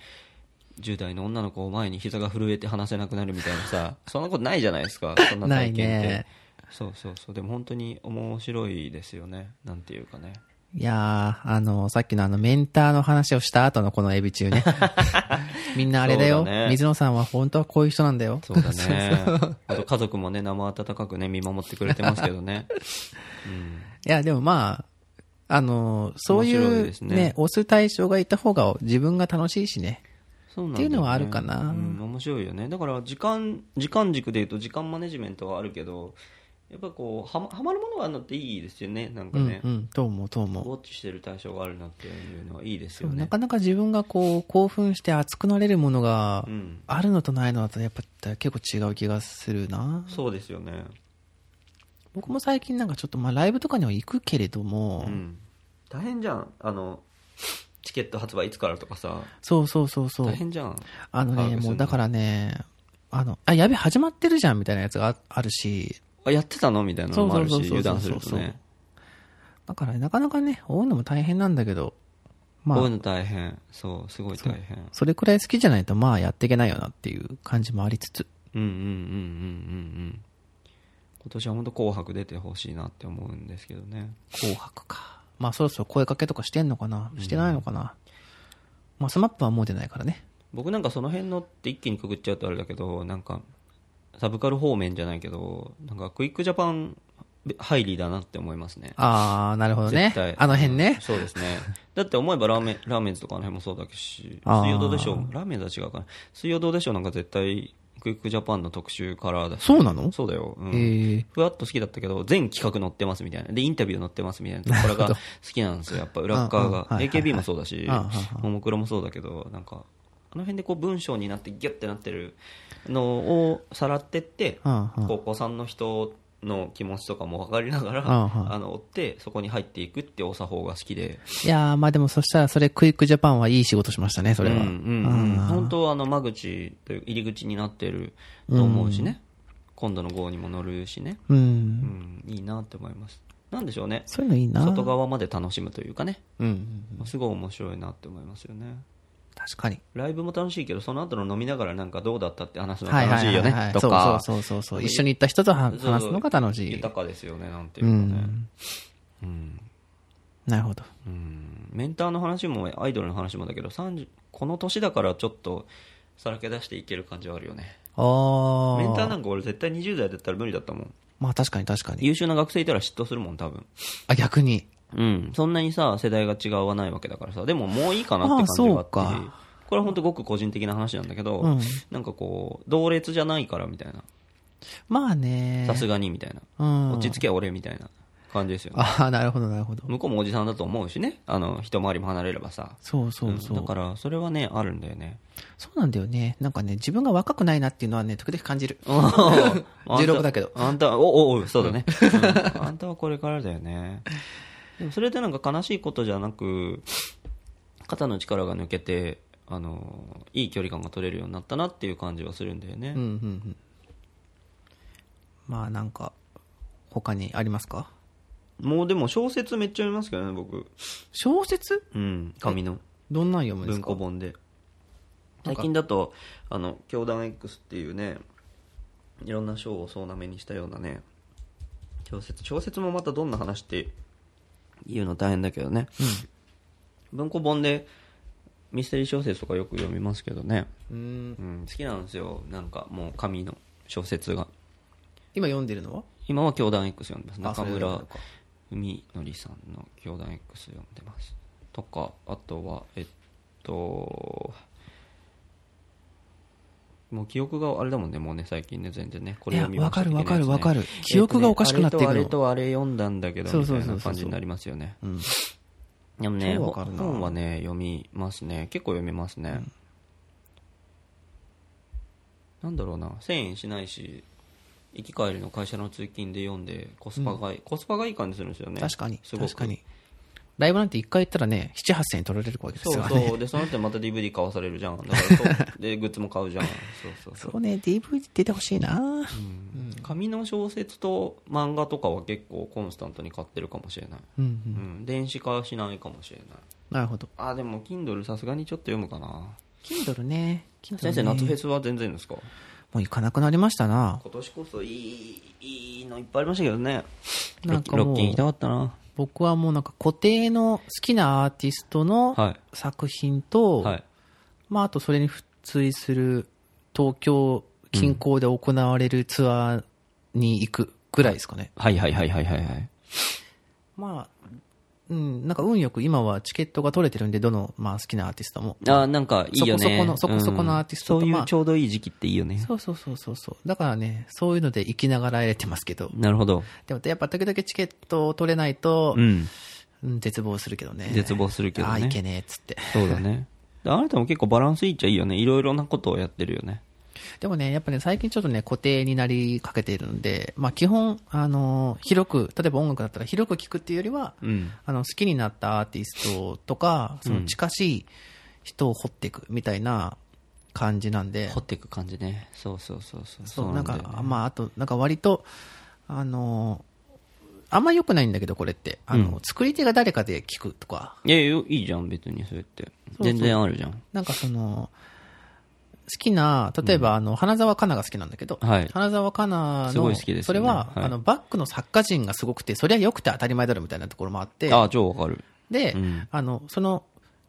Speaker 2: 10代の女の子を前に膝が震えて話せなくなるみたいな さそんなことないじゃないですかそんな体験って
Speaker 1: ないね
Speaker 2: そうそうそうでも本当に面白いですよねなんていうかね
Speaker 1: いやー、あの、さっきのあの、メンターの話をした後のこのエビ中 ね。みんなあれだ
Speaker 2: そ
Speaker 1: よ
Speaker 2: うだね
Speaker 1: 水野さんは本当はこういう人なんだよ。
Speaker 2: そうだねあと家族もね生温かくね見守ってくれてますけどね
Speaker 1: いや、でもまあ、あの、そうい
Speaker 2: 面白いうですね
Speaker 1: ね、押す対象がいた方が自分が楽しいしね。
Speaker 2: そう なん
Speaker 1: っ
Speaker 2: だ
Speaker 1: てい
Speaker 2: よね
Speaker 1: うのはあるかな
Speaker 2: うん、面白いよねだから時間時間軸でいうと時間マネジメントはあるけどやっぱこうはまはまるものがあるのっていいですよねなんか
Speaker 1: う
Speaker 2: ね、
Speaker 1: んうん、と思うと
Speaker 2: ウ
Speaker 1: 思
Speaker 2: ォッチしてる対象があるなっていうのはいいです
Speaker 1: う。
Speaker 2: よ
Speaker 1: な
Speaker 2: ね。
Speaker 1: かなか自分がこう、興奮して熱くなれるものが
Speaker 2: うん、
Speaker 1: あるのとないのだとやっぱ結構違う気がするな。
Speaker 2: そうですよね。
Speaker 1: 僕も最近なんかちょっとまあライブとかには行くけれども、
Speaker 2: うん、大変じゃん。あの、チケット発売いつからとかさ、
Speaker 1: そうそうそうそう。
Speaker 2: 大変じゃん。
Speaker 1: あの
Speaker 2: 把握す
Speaker 1: ね、
Speaker 2: るの
Speaker 1: もうだからね、あの、あ、やべ、始まってるじゃんみたいなやつがああるし、
Speaker 2: あ、やってたのみたいなのもあるし、
Speaker 1: そうそうそうそう
Speaker 2: 油断するとね。
Speaker 1: だからなかなかね、追うのも大変なんだけど、ま
Speaker 2: こういう
Speaker 1: あ、
Speaker 2: の大変。そう、すごい大変。
Speaker 1: それくらい好きじゃないと、まあやっていけないよなっていう感じもありつつ、
Speaker 2: うんうんうんうんうんうん。今年は本当紅白出てほしいなって思うんですけどね。
Speaker 1: 紅白か。まあそろそろ声かけとかしてんのかなしてないのかな、まあスマップはもう出ないからね。
Speaker 2: 僕なんかその辺のって一気にくぐっちゃうとあれだけどなんかサブカル方面じゃないけどなんかクイックジャパン入りだなって思いますね
Speaker 1: あー、なるほど
Speaker 2: 絶
Speaker 1: ね
Speaker 2: 対。
Speaker 1: あの辺ね。
Speaker 2: そうですねだって思えばラーメンラーメンズとかあの辺もそうだし
Speaker 1: あー
Speaker 2: 水曜どうでしょうラーメンズは違うかな水曜どうでしょうなんか絶対クイックジャパンの特集カラーだし
Speaker 1: そうなの
Speaker 2: そうだよ、うん
Speaker 1: えー、
Speaker 2: ふわっと好きだったけど全企画載ってますみたいなでインタビュー載ってますみたい なこれが好きなんですよやっぱ裏側が
Speaker 1: うんうんはいはいはい
Speaker 2: AKB もそうだし
Speaker 1: うんうんうん
Speaker 2: ももクロもそうだけどなんかあの辺でこう文章になってギュッてなってるのをさらってって、
Speaker 1: うんうん
Speaker 2: こうお子さんの人の気持ちとかも分かりながら、
Speaker 1: うんうん
Speaker 2: あの追ってそこに入っていくってお作法が好きで
Speaker 1: いやー、まあでもそしたらそれクイックジャパンはいい仕事しましたね、それは。
Speaker 2: うんうんうん、本当はあの間口という入り口になってると思うしね、今度の GO にも乗るしね、
Speaker 1: うん。
Speaker 2: うん、いいなって思いますなんでしょうね
Speaker 1: そういうのいいな。
Speaker 2: 外側まで楽しむというかね
Speaker 1: うんうん。
Speaker 2: すごい面白いなって思いますよね
Speaker 1: 確かに。
Speaker 2: ライブも楽しいけどその後の飲みながらなんかどうだったって話すの楽しいよねと
Speaker 1: そう
Speaker 2: か
Speaker 1: そうそうそうそう。一緒に行った人とは
Speaker 2: そう
Speaker 1: 話すのが楽しい。
Speaker 2: 豊かですよねなんていう
Speaker 1: う
Speaker 2: かね、
Speaker 1: ん。なるほど。
Speaker 2: うんメンターの話もアイドルの話もだけど30この年だからちょっとさらけ出していける感じはあるよね
Speaker 1: あ
Speaker 2: メンター
Speaker 1: ー。
Speaker 2: なんか俺絶対20代だったら無理だったもん
Speaker 1: まあ確かに確かに。
Speaker 2: 優秀な学生いたら嫉妬するもん多分
Speaker 1: あ、逆に。
Speaker 2: うんそんなにさ世代が違わないわけだからさでももういいかなって感じがあって
Speaker 1: ああそうか
Speaker 2: これは本当ごく個人的な話なんだけど、
Speaker 1: うん
Speaker 2: なんかこう同列じゃないからみたいな
Speaker 1: まあね。
Speaker 2: さすがにみたいな、
Speaker 1: うん。
Speaker 2: 落ち着け俺みたいな感じですよね
Speaker 1: ああ、なるほどなるほど。
Speaker 2: 向こうもおじさんだと思うしねあの一回りも離れればさ
Speaker 1: そうそうそう。
Speaker 2: んだからそれはねあるんだよね
Speaker 1: そうなんだよね。なんかね、自分が若くないなっていうのはね、時々感じる。16
Speaker 2: 16
Speaker 1: だけど。
Speaker 2: あんたは、おおお、そうだね、うんあんたはこれからだよね。でもそれでなんか悲しいことじゃなく、肩の力が抜けて、あの、いい距離感が取れるようになったなっていう感じはするんだよね。
Speaker 1: うんうんうん。まあなんか、他にありますか
Speaker 2: もうでも小説めっちゃ読みますけどね、僕。
Speaker 1: 小説
Speaker 2: うん、紙の
Speaker 1: どんなん読むんです
Speaker 2: 文
Speaker 1: か
Speaker 2: 庫本で。最近だと、あの、教団 X っていうね、いろんな賞を総なめにしたようなね、小説、小説もまたどんな話って言うの大変だけどね。文庫本でミステリー小説とかよく読みますけどね、
Speaker 1: うん。
Speaker 2: うん、好きなんですよなんかもう紙の小説が
Speaker 1: 今読んでるのは
Speaker 2: 今は教団 X 読んでます
Speaker 1: あそ
Speaker 2: 中
Speaker 1: れ読んで
Speaker 2: 村
Speaker 1: るか
Speaker 2: 文則さんの教団 X 読んでますとかあとはえっともう記憶があれだもんねもうね最近ね全然ねこれ読み
Speaker 1: いやわ
Speaker 2: まし
Speaker 1: か
Speaker 2: た
Speaker 1: る
Speaker 2: 的な
Speaker 1: わ
Speaker 2: や
Speaker 1: か
Speaker 2: つね
Speaker 1: るわかる記憶がおかしくなっていくの
Speaker 2: えっとねあれとあれとあれ読んだんだけどみた
Speaker 1: そう
Speaker 2: い
Speaker 1: そうそう
Speaker 2: な
Speaker 1: そう
Speaker 2: 感じになりますよね
Speaker 1: うん。
Speaker 2: でもね
Speaker 1: 超わかるな
Speaker 2: 本はね読みますね結構読みますね、なんだろうな1000円しないし行き帰りの会社の通勤で読んでコスパがいい、コスパがいい感じするんですよね
Speaker 1: 確かに。
Speaker 2: すごく
Speaker 1: 確かに。ライブなんて一回行ったらね、7、8000円取られるわけです
Speaker 2: そう
Speaker 1: よ
Speaker 2: そう
Speaker 1: ね。
Speaker 2: でその後また DVD 買わされる じゃんだからそうでグッズも買うじゃんそうそうそう
Speaker 1: そうね、DVD 出てほしいな
Speaker 2: 紙の小説と漫画とかは結構コンスタントに買ってるかもしれない、
Speaker 1: うんう。
Speaker 2: うんん、電子化しないかもしれない
Speaker 1: なるほど。
Speaker 2: あでも Kindle さすがにちょっと読むかな
Speaker 1: Kindle ね。Kindle ね
Speaker 2: 先生夏フェスは全然ですか
Speaker 1: もう行かなくなりましたな
Speaker 2: 今年こそいいいいのいっぱいありましたけどね
Speaker 1: なんかもう
Speaker 2: ロッキン行きたかったな
Speaker 1: 僕はもうなんか固定の好きなアーティストの
Speaker 2: は
Speaker 1: 作品
Speaker 2: い
Speaker 1: と、
Speaker 2: はい
Speaker 1: まあ、あとそれに付随する東京近郊で行われるツアーに行くぐらいですかね。
Speaker 2: はいはいはいはいはいはい
Speaker 1: まあ、うん、なんか運よく今はチケットが取れてるんで、どの、まあ、好きなアーティストも。
Speaker 2: あーなんかいいよ
Speaker 1: そこ
Speaker 2: ね
Speaker 1: そこのそこそこのアーティストと
Speaker 2: うんそう
Speaker 1: ま
Speaker 2: い
Speaker 1: あ
Speaker 2: うちょうどいい時期っていいよね
Speaker 1: そうそうそうそうそう。だからね、そういうので生きながらやれてますけど。
Speaker 2: なるほど
Speaker 1: でもやっぱ時々チケットを取れないと
Speaker 2: う、ん
Speaker 1: うん絶望するけどね。
Speaker 2: 絶望するけどね
Speaker 1: ああ、いけねえっつって。
Speaker 2: そうだねであなたも結構バランスいいっちゃいいよねいろいろなことをやってるよね
Speaker 1: でもね、やっぱね、最近ちょっとね、固定になりかけているので、まあ基本、あの、広く、例えば音楽だったら広く聞くっていうよりは、
Speaker 2: うん
Speaker 1: あの、好きになったアーティストとか、その近しい人を掘っていくみたいな感じなんで、
Speaker 2: 掘っていく感じねそうそうそうそう
Speaker 1: そう、なん
Speaker 2: だ
Speaker 1: か、
Speaker 2: よね
Speaker 1: まああと、なんか割と、あの、あんま良くないんだけど、これって。あの、作り手が誰かで聞くとか、
Speaker 2: いやいやいいじゃん別にそれって
Speaker 1: うそう
Speaker 2: 全然あるじゃん
Speaker 1: なんかその、好きな、例えば、あの、花澤香菜が好きなんだけど、
Speaker 2: はい
Speaker 1: 花澤香菜
Speaker 2: すご
Speaker 1: の、
Speaker 2: い好きですよね
Speaker 1: それは、
Speaker 2: はい
Speaker 1: あの、バックの作家陣がすごくて、それは良くて当たり前だろみたいなところもあって、
Speaker 2: ああ超わかる
Speaker 1: で、
Speaker 2: うん
Speaker 1: あの、その、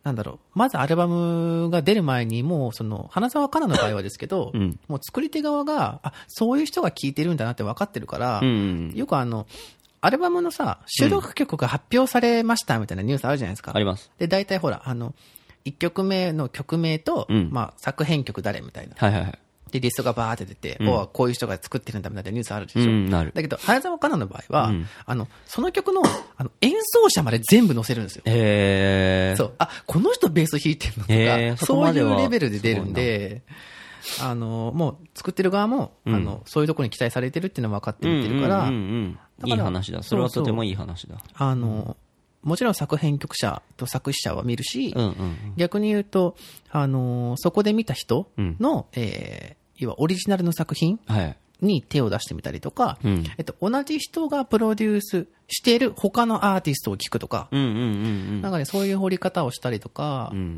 Speaker 1: なんだろう、まずアルバムが出る前に、もう、その、花澤香菜の場合はですけど、
Speaker 2: うん
Speaker 1: もう作り手側が、あ、そういう人が聴いてるんだなって分かってるから、
Speaker 2: うんうん
Speaker 1: よくあの、アルバムのさ、収録曲が発表されましたみたいなニュースあるじゃないですか。
Speaker 2: あります
Speaker 1: で、大体ほら、あの、1曲目の曲名と、
Speaker 2: うん
Speaker 1: まあ、作編曲誰みたいな。
Speaker 2: はいはいはい
Speaker 1: で、リストがバーって出て、
Speaker 2: うん
Speaker 1: おうこういう人が作ってるんだみたいなニュースあるでしょ。
Speaker 2: うん、なる。
Speaker 1: だけど、早沢香菜の場合は、
Speaker 2: うん
Speaker 1: あの、その曲の、あの、演奏者まで全部載せるんですよ。
Speaker 2: えー、
Speaker 1: そう。あ、この人ベース弾いてるのとか、
Speaker 2: へーそこ
Speaker 1: そ
Speaker 2: ま
Speaker 1: うい
Speaker 2: では
Speaker 1: うレベルで出るんで、あの、もう作ってる側も、
Speaker 2: うん
Speaker 1: あの、そういうところに期待されてるっていうのは分かって
Speaker 2: うん
Speaker 1: 見てるから、
Speaker 2: うんうんうん、
Speaker 1: だ
Speaker 2: いい
Speaker 1: から
Speaker 2: 話だ。それは
Speaker 1: そうそう
Speaker 2: とてもいい話だ。
Speaker 1: あの、もちろん作編曲者と作詞者は見るし、
Speaker 2: うんうん
Speaker 1: 逆に言うと、あの、そこで見た人
Speaker 2: うん
Speaker 1: の、えー、要はオリジナルの作品
Speaker 2: うん。はい。
Speaker 1: に手を出してみたりとか、
Speaker 2: うん
Speaker 1: えっと、同じ人がプロデュースしている他のアーティストを聞くとか、
Speaker 2: うんうんうんうん。
Speaker 1: なんかね、そういう掘り方をしたりとか
Speaker 2: うんうんう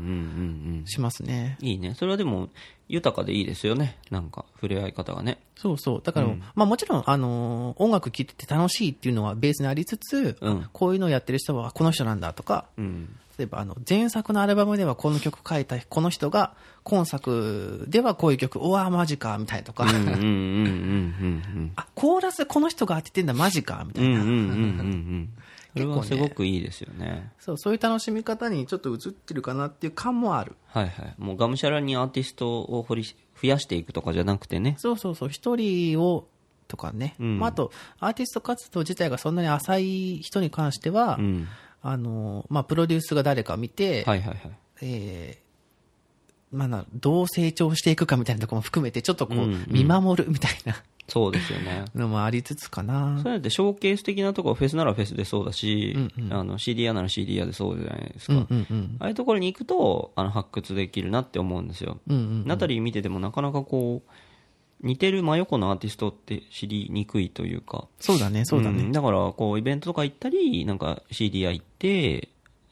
Speaker 2: ん
Speaker 1: しますね。
Speaker 2: うん。いいね。それはでも、豊かでいいですよね。なんか、触れ合い方がね。
Speaker 1: そうそう。だから、まあもちろん、あのー音楽聴いてて楽しいっていうのはベースにありつつ、
Speaker 2: うん
Speaker 1: こういうのをやってる人はあこの人なんだとか、
Speaker 2: うん。
Speaker 1: 例えばあの前作のアルバムではこの曲書いたこの人が、今作ではこういう曲、うわーマジか、みたいなとか、
Speaker 2: うんうんうんうん
Speaker 1: あ、コーラスこの人が当ててんだ、マジか、みた
Speaker 2: うん。う
Speaker 1: いな。
Speaker 2: んうんうんうんうん。それはすごくいいですよね。
Speaker 1: そう、そういう楽しみ方にちょっと映ってるかなっていう感もある。
Speaker 2: はいはい。もうがむしゃらにアーティストを掘りし増やしていくとかじゃなくてね。
Speaker 1: そうそうそう、一人を、とかね。
Speaker 2: うん
Speaker 1: まあ、あと、アーティスト活動自体がそんなに浅い人に関しては、
Speaker 2: うん。
Speaker 1: あの、まあ、プロデュースが誰か見て、
Speaker 2: はいはいはい。
Speaker 1: えーまあな、どう成長していくかみたいなところも含めて、ちょっとこう、
Speaker 2: うんうん
Speaker 1: 見守るみたいな
Speaker 2: そうですよね。
Speaker 1: のもありつつかな
Speaker 2: そ。れだってショーケース的なとこはフェスならフェスでそうだし、あの CD 屋なら CD 屋でそうじゃないですか、
Speaker 1: うんうん。
Speaker 2: ああいうところに行くとあの発掘できるなって思うんですよ、
Speaker 1: うんうん。
Speaker 2: ナタリー見ててもなかなかこう似てる真横のアーティストって知りにくいというか
Speaker 1: そうだね、そうだ
Speaker 2: ん
Speaker 1: ね。
Speaker 2: だからこうイベントとか行ったりなんか CD 屋行って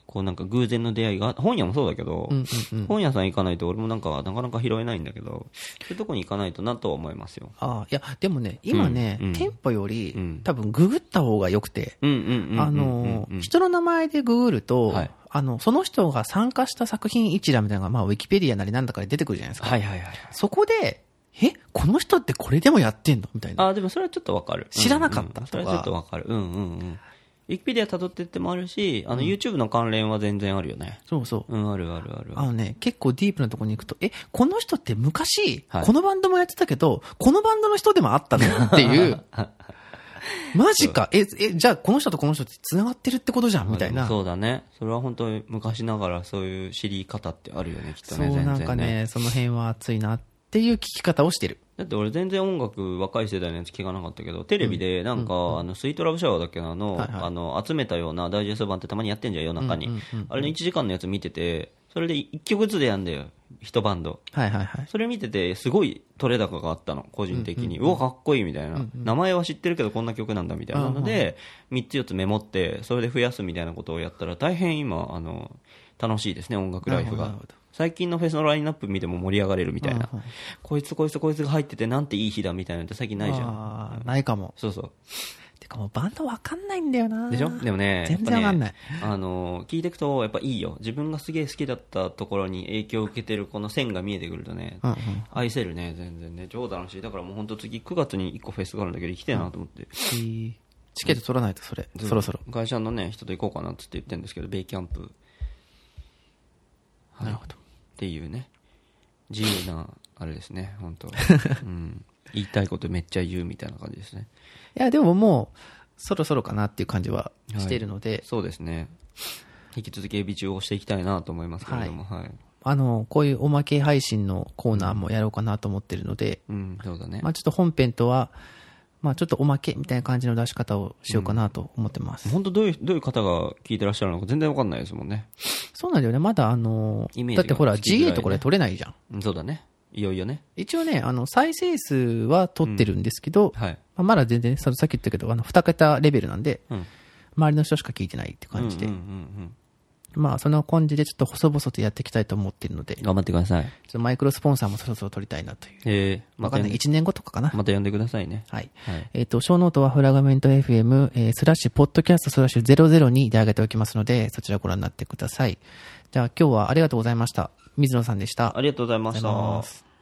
Speaker 2: こうなんか偶然の出会いが本屋もそうだけど、
Speaker 1: うんうんうん。
Speaker 2: 本屋さん行かないと俺もなんかなかなか拾えないんだけどそういうとこに行かないとなとは思いますよ
Speaker 1: ああ、いや、でもね、今ね、
Speaker 2: うんうん
Speaker 1: 店舗より、
Speaker 2: うん
Speaker 1: 多分ググった方が良くて、
Speaker 2: うんうんうんうんうんうん
Speaker 1: あの、人の名前でググると、
Speaker 2: はい
Speaker 1: あの、その人が参加した作品一覧みたいなのが、まあ、ウィキペディアなりなんだかで出てくるじゃないですか。
Speaker 2: はいはいはい
Speaker 1: そこで、え、この人ってこれでもやってんのみたいな。
Speaker 2: あーでもそれはちょっとわかる
Speaker 1: 知らなかった
Speaker 2: うんうん
Speaker 1: とか
Speaker 2: それはちょっとわかるうんうんうんウィキペディア辿ってってもあるしあの YouTube の関連は全然あるよね
Speaker 1: そうそう。
Speaker 2: うんあるあるある
Speaker 1: あのね、結構ディープなとこに行くと、え、この人って昔、
Speaker 2: はい
Speaker 1: このバンドもやってたけど、このバンドの人でもあったのって いう。マジか。え、え、じゃあこの人とこの人って繋がってるってことじゃんみたいな。
Speaker 2: そうだねそれは本当に昔ながらそういう知り方ってあるよねきっと
Speaker 1: そう
Speaker 2: ね全然
Speaker 1: なんかね、その辺は熱いなっていう聞き方をしてる。
Speaker 2: だって俺全然音楽若い世代のやつ聞かなかったけどテレビでなんか、あのスイートラブシャワーだっけなあの,、
Speaker 1: はいはい
Speaker 2: あの集めたようなダイジェスト版ってたまにやってんじゃん夜中に、あれの1時間のやつ見ててそれで1曲ずつでやんだよ一バンド
Speaker 1: はいはいはい。
Speaker 2: それ見ててすごい取れ高があったの個人的に、うわかっこいいみたいな、名前は知ってるけどこんな曲なんだみたいなので、3つ4つメモってそれで増やすみたいなことをやったら大変今あの楽しいですね音楽ライフ
Speaker 1: なる
Speaker 2: が
Speaker 1: ほど
Speaker 2: 最近のフェスのラインナップ見ても盛り上がれるみたいな、こいつこいつこいつが入っててなんていい日だみたいなのって最近ないじゃん
Speaker 1: あーないかも。
Speaker 2: そうそう
Speaker 1: てかもうバンドわかんないんだよな。
Speaker 2: でしょでもね
Speaker 1: 全然わかんない
Speaker 2: やっぱねあの聞いていくとやっぱいいよ自分がすげえ好きだったところに影響を受けてるこの線が見えてくるとね、
Speaker 1: うんうん
Speaker 2: 愛せるね全然ね超楽しいだからもう本当次9月に1個フェスがあるんだけど行きたいなと思って、
Speaker 1: チケット取らないと、それ。そろそろ。
Speaker 2: 会社のね人と行こうかなっつって言ってるんですけどベイキャンプ、はい、
Speaker 1: なるほど
Speaker 2: っていうね自由なあれですね本 当、うん、言いたいことめっちゃ言うみたいな感じですね
Speaker 1: いや、でももう、そろそろかなっていう感じはしているので、
Speaker 2: そうですね引き続きエビ中をしていきたいなと思いますけれどもはい、
Speaker 1: あの、こういうおまけ配信のコーナーもやろうかなと思ってるので、
Speaker 2: うんそうだね、
Speaker 1: まあちょっと本編とは、まあちょっとおまけみたいな感じの出し方をしようかなと思ってます。
Speaker 2: 本当どういうどういう方が聞いてらっしゃるのか全然わかんないですもんね、
Speaker 1: そうなんだよね。まだあの
Speaker 2: イメージが
Speaker 1: だってほら
Speaker 2: つきづらいね
Speaker 1: GA とかで取れないじゃん。
Speaker 2: うんそうだねいよいよね
Speaker 1: 一応ね、あの、再生数は取ってるんですけど、
Speaker 2: はい
Speaker 1: まあまだ全然、そのさっき言ったけど、あの、二桁レベルなんで、
Speaker 2: うん
Speaker 1: 周りの人しか聞いてないって感じで、
Speaker 2: うんうんうん
Speaker 1: まあその感じでちょっと細々とやっていきたいと思ってるので、
Speaker 2: う
Speaker 1: ちょ
Speaker 2: ん頑張ってください
Speaker 1: っとマイクロスポンサーもそろそろ取りたいなという。
Speaker 2: えー、
Speaker 1: わ
Speaker 2: ま
Speaker 1: か
Speaker 2: た
Speaker 1: んない。1年後とかかな。
Speaker 2: また呼んでくださいね
Speaker 1: はい。
Speaker 2: はい
Speaker 1: えっ、と、ショーノートはフラガメント FM、えースラッシュ、ポッドキャストスラッシュ002で上げておきますので、そちらご覧になってください。じゃあ今日はありがとうございました。水野さんでした。
Speaker 2: ありがとうございま
Speaker 1: あ
Speaker 2: し
Speaker 1: りがとうござい
Speaker 2: た
Speaker 1: ます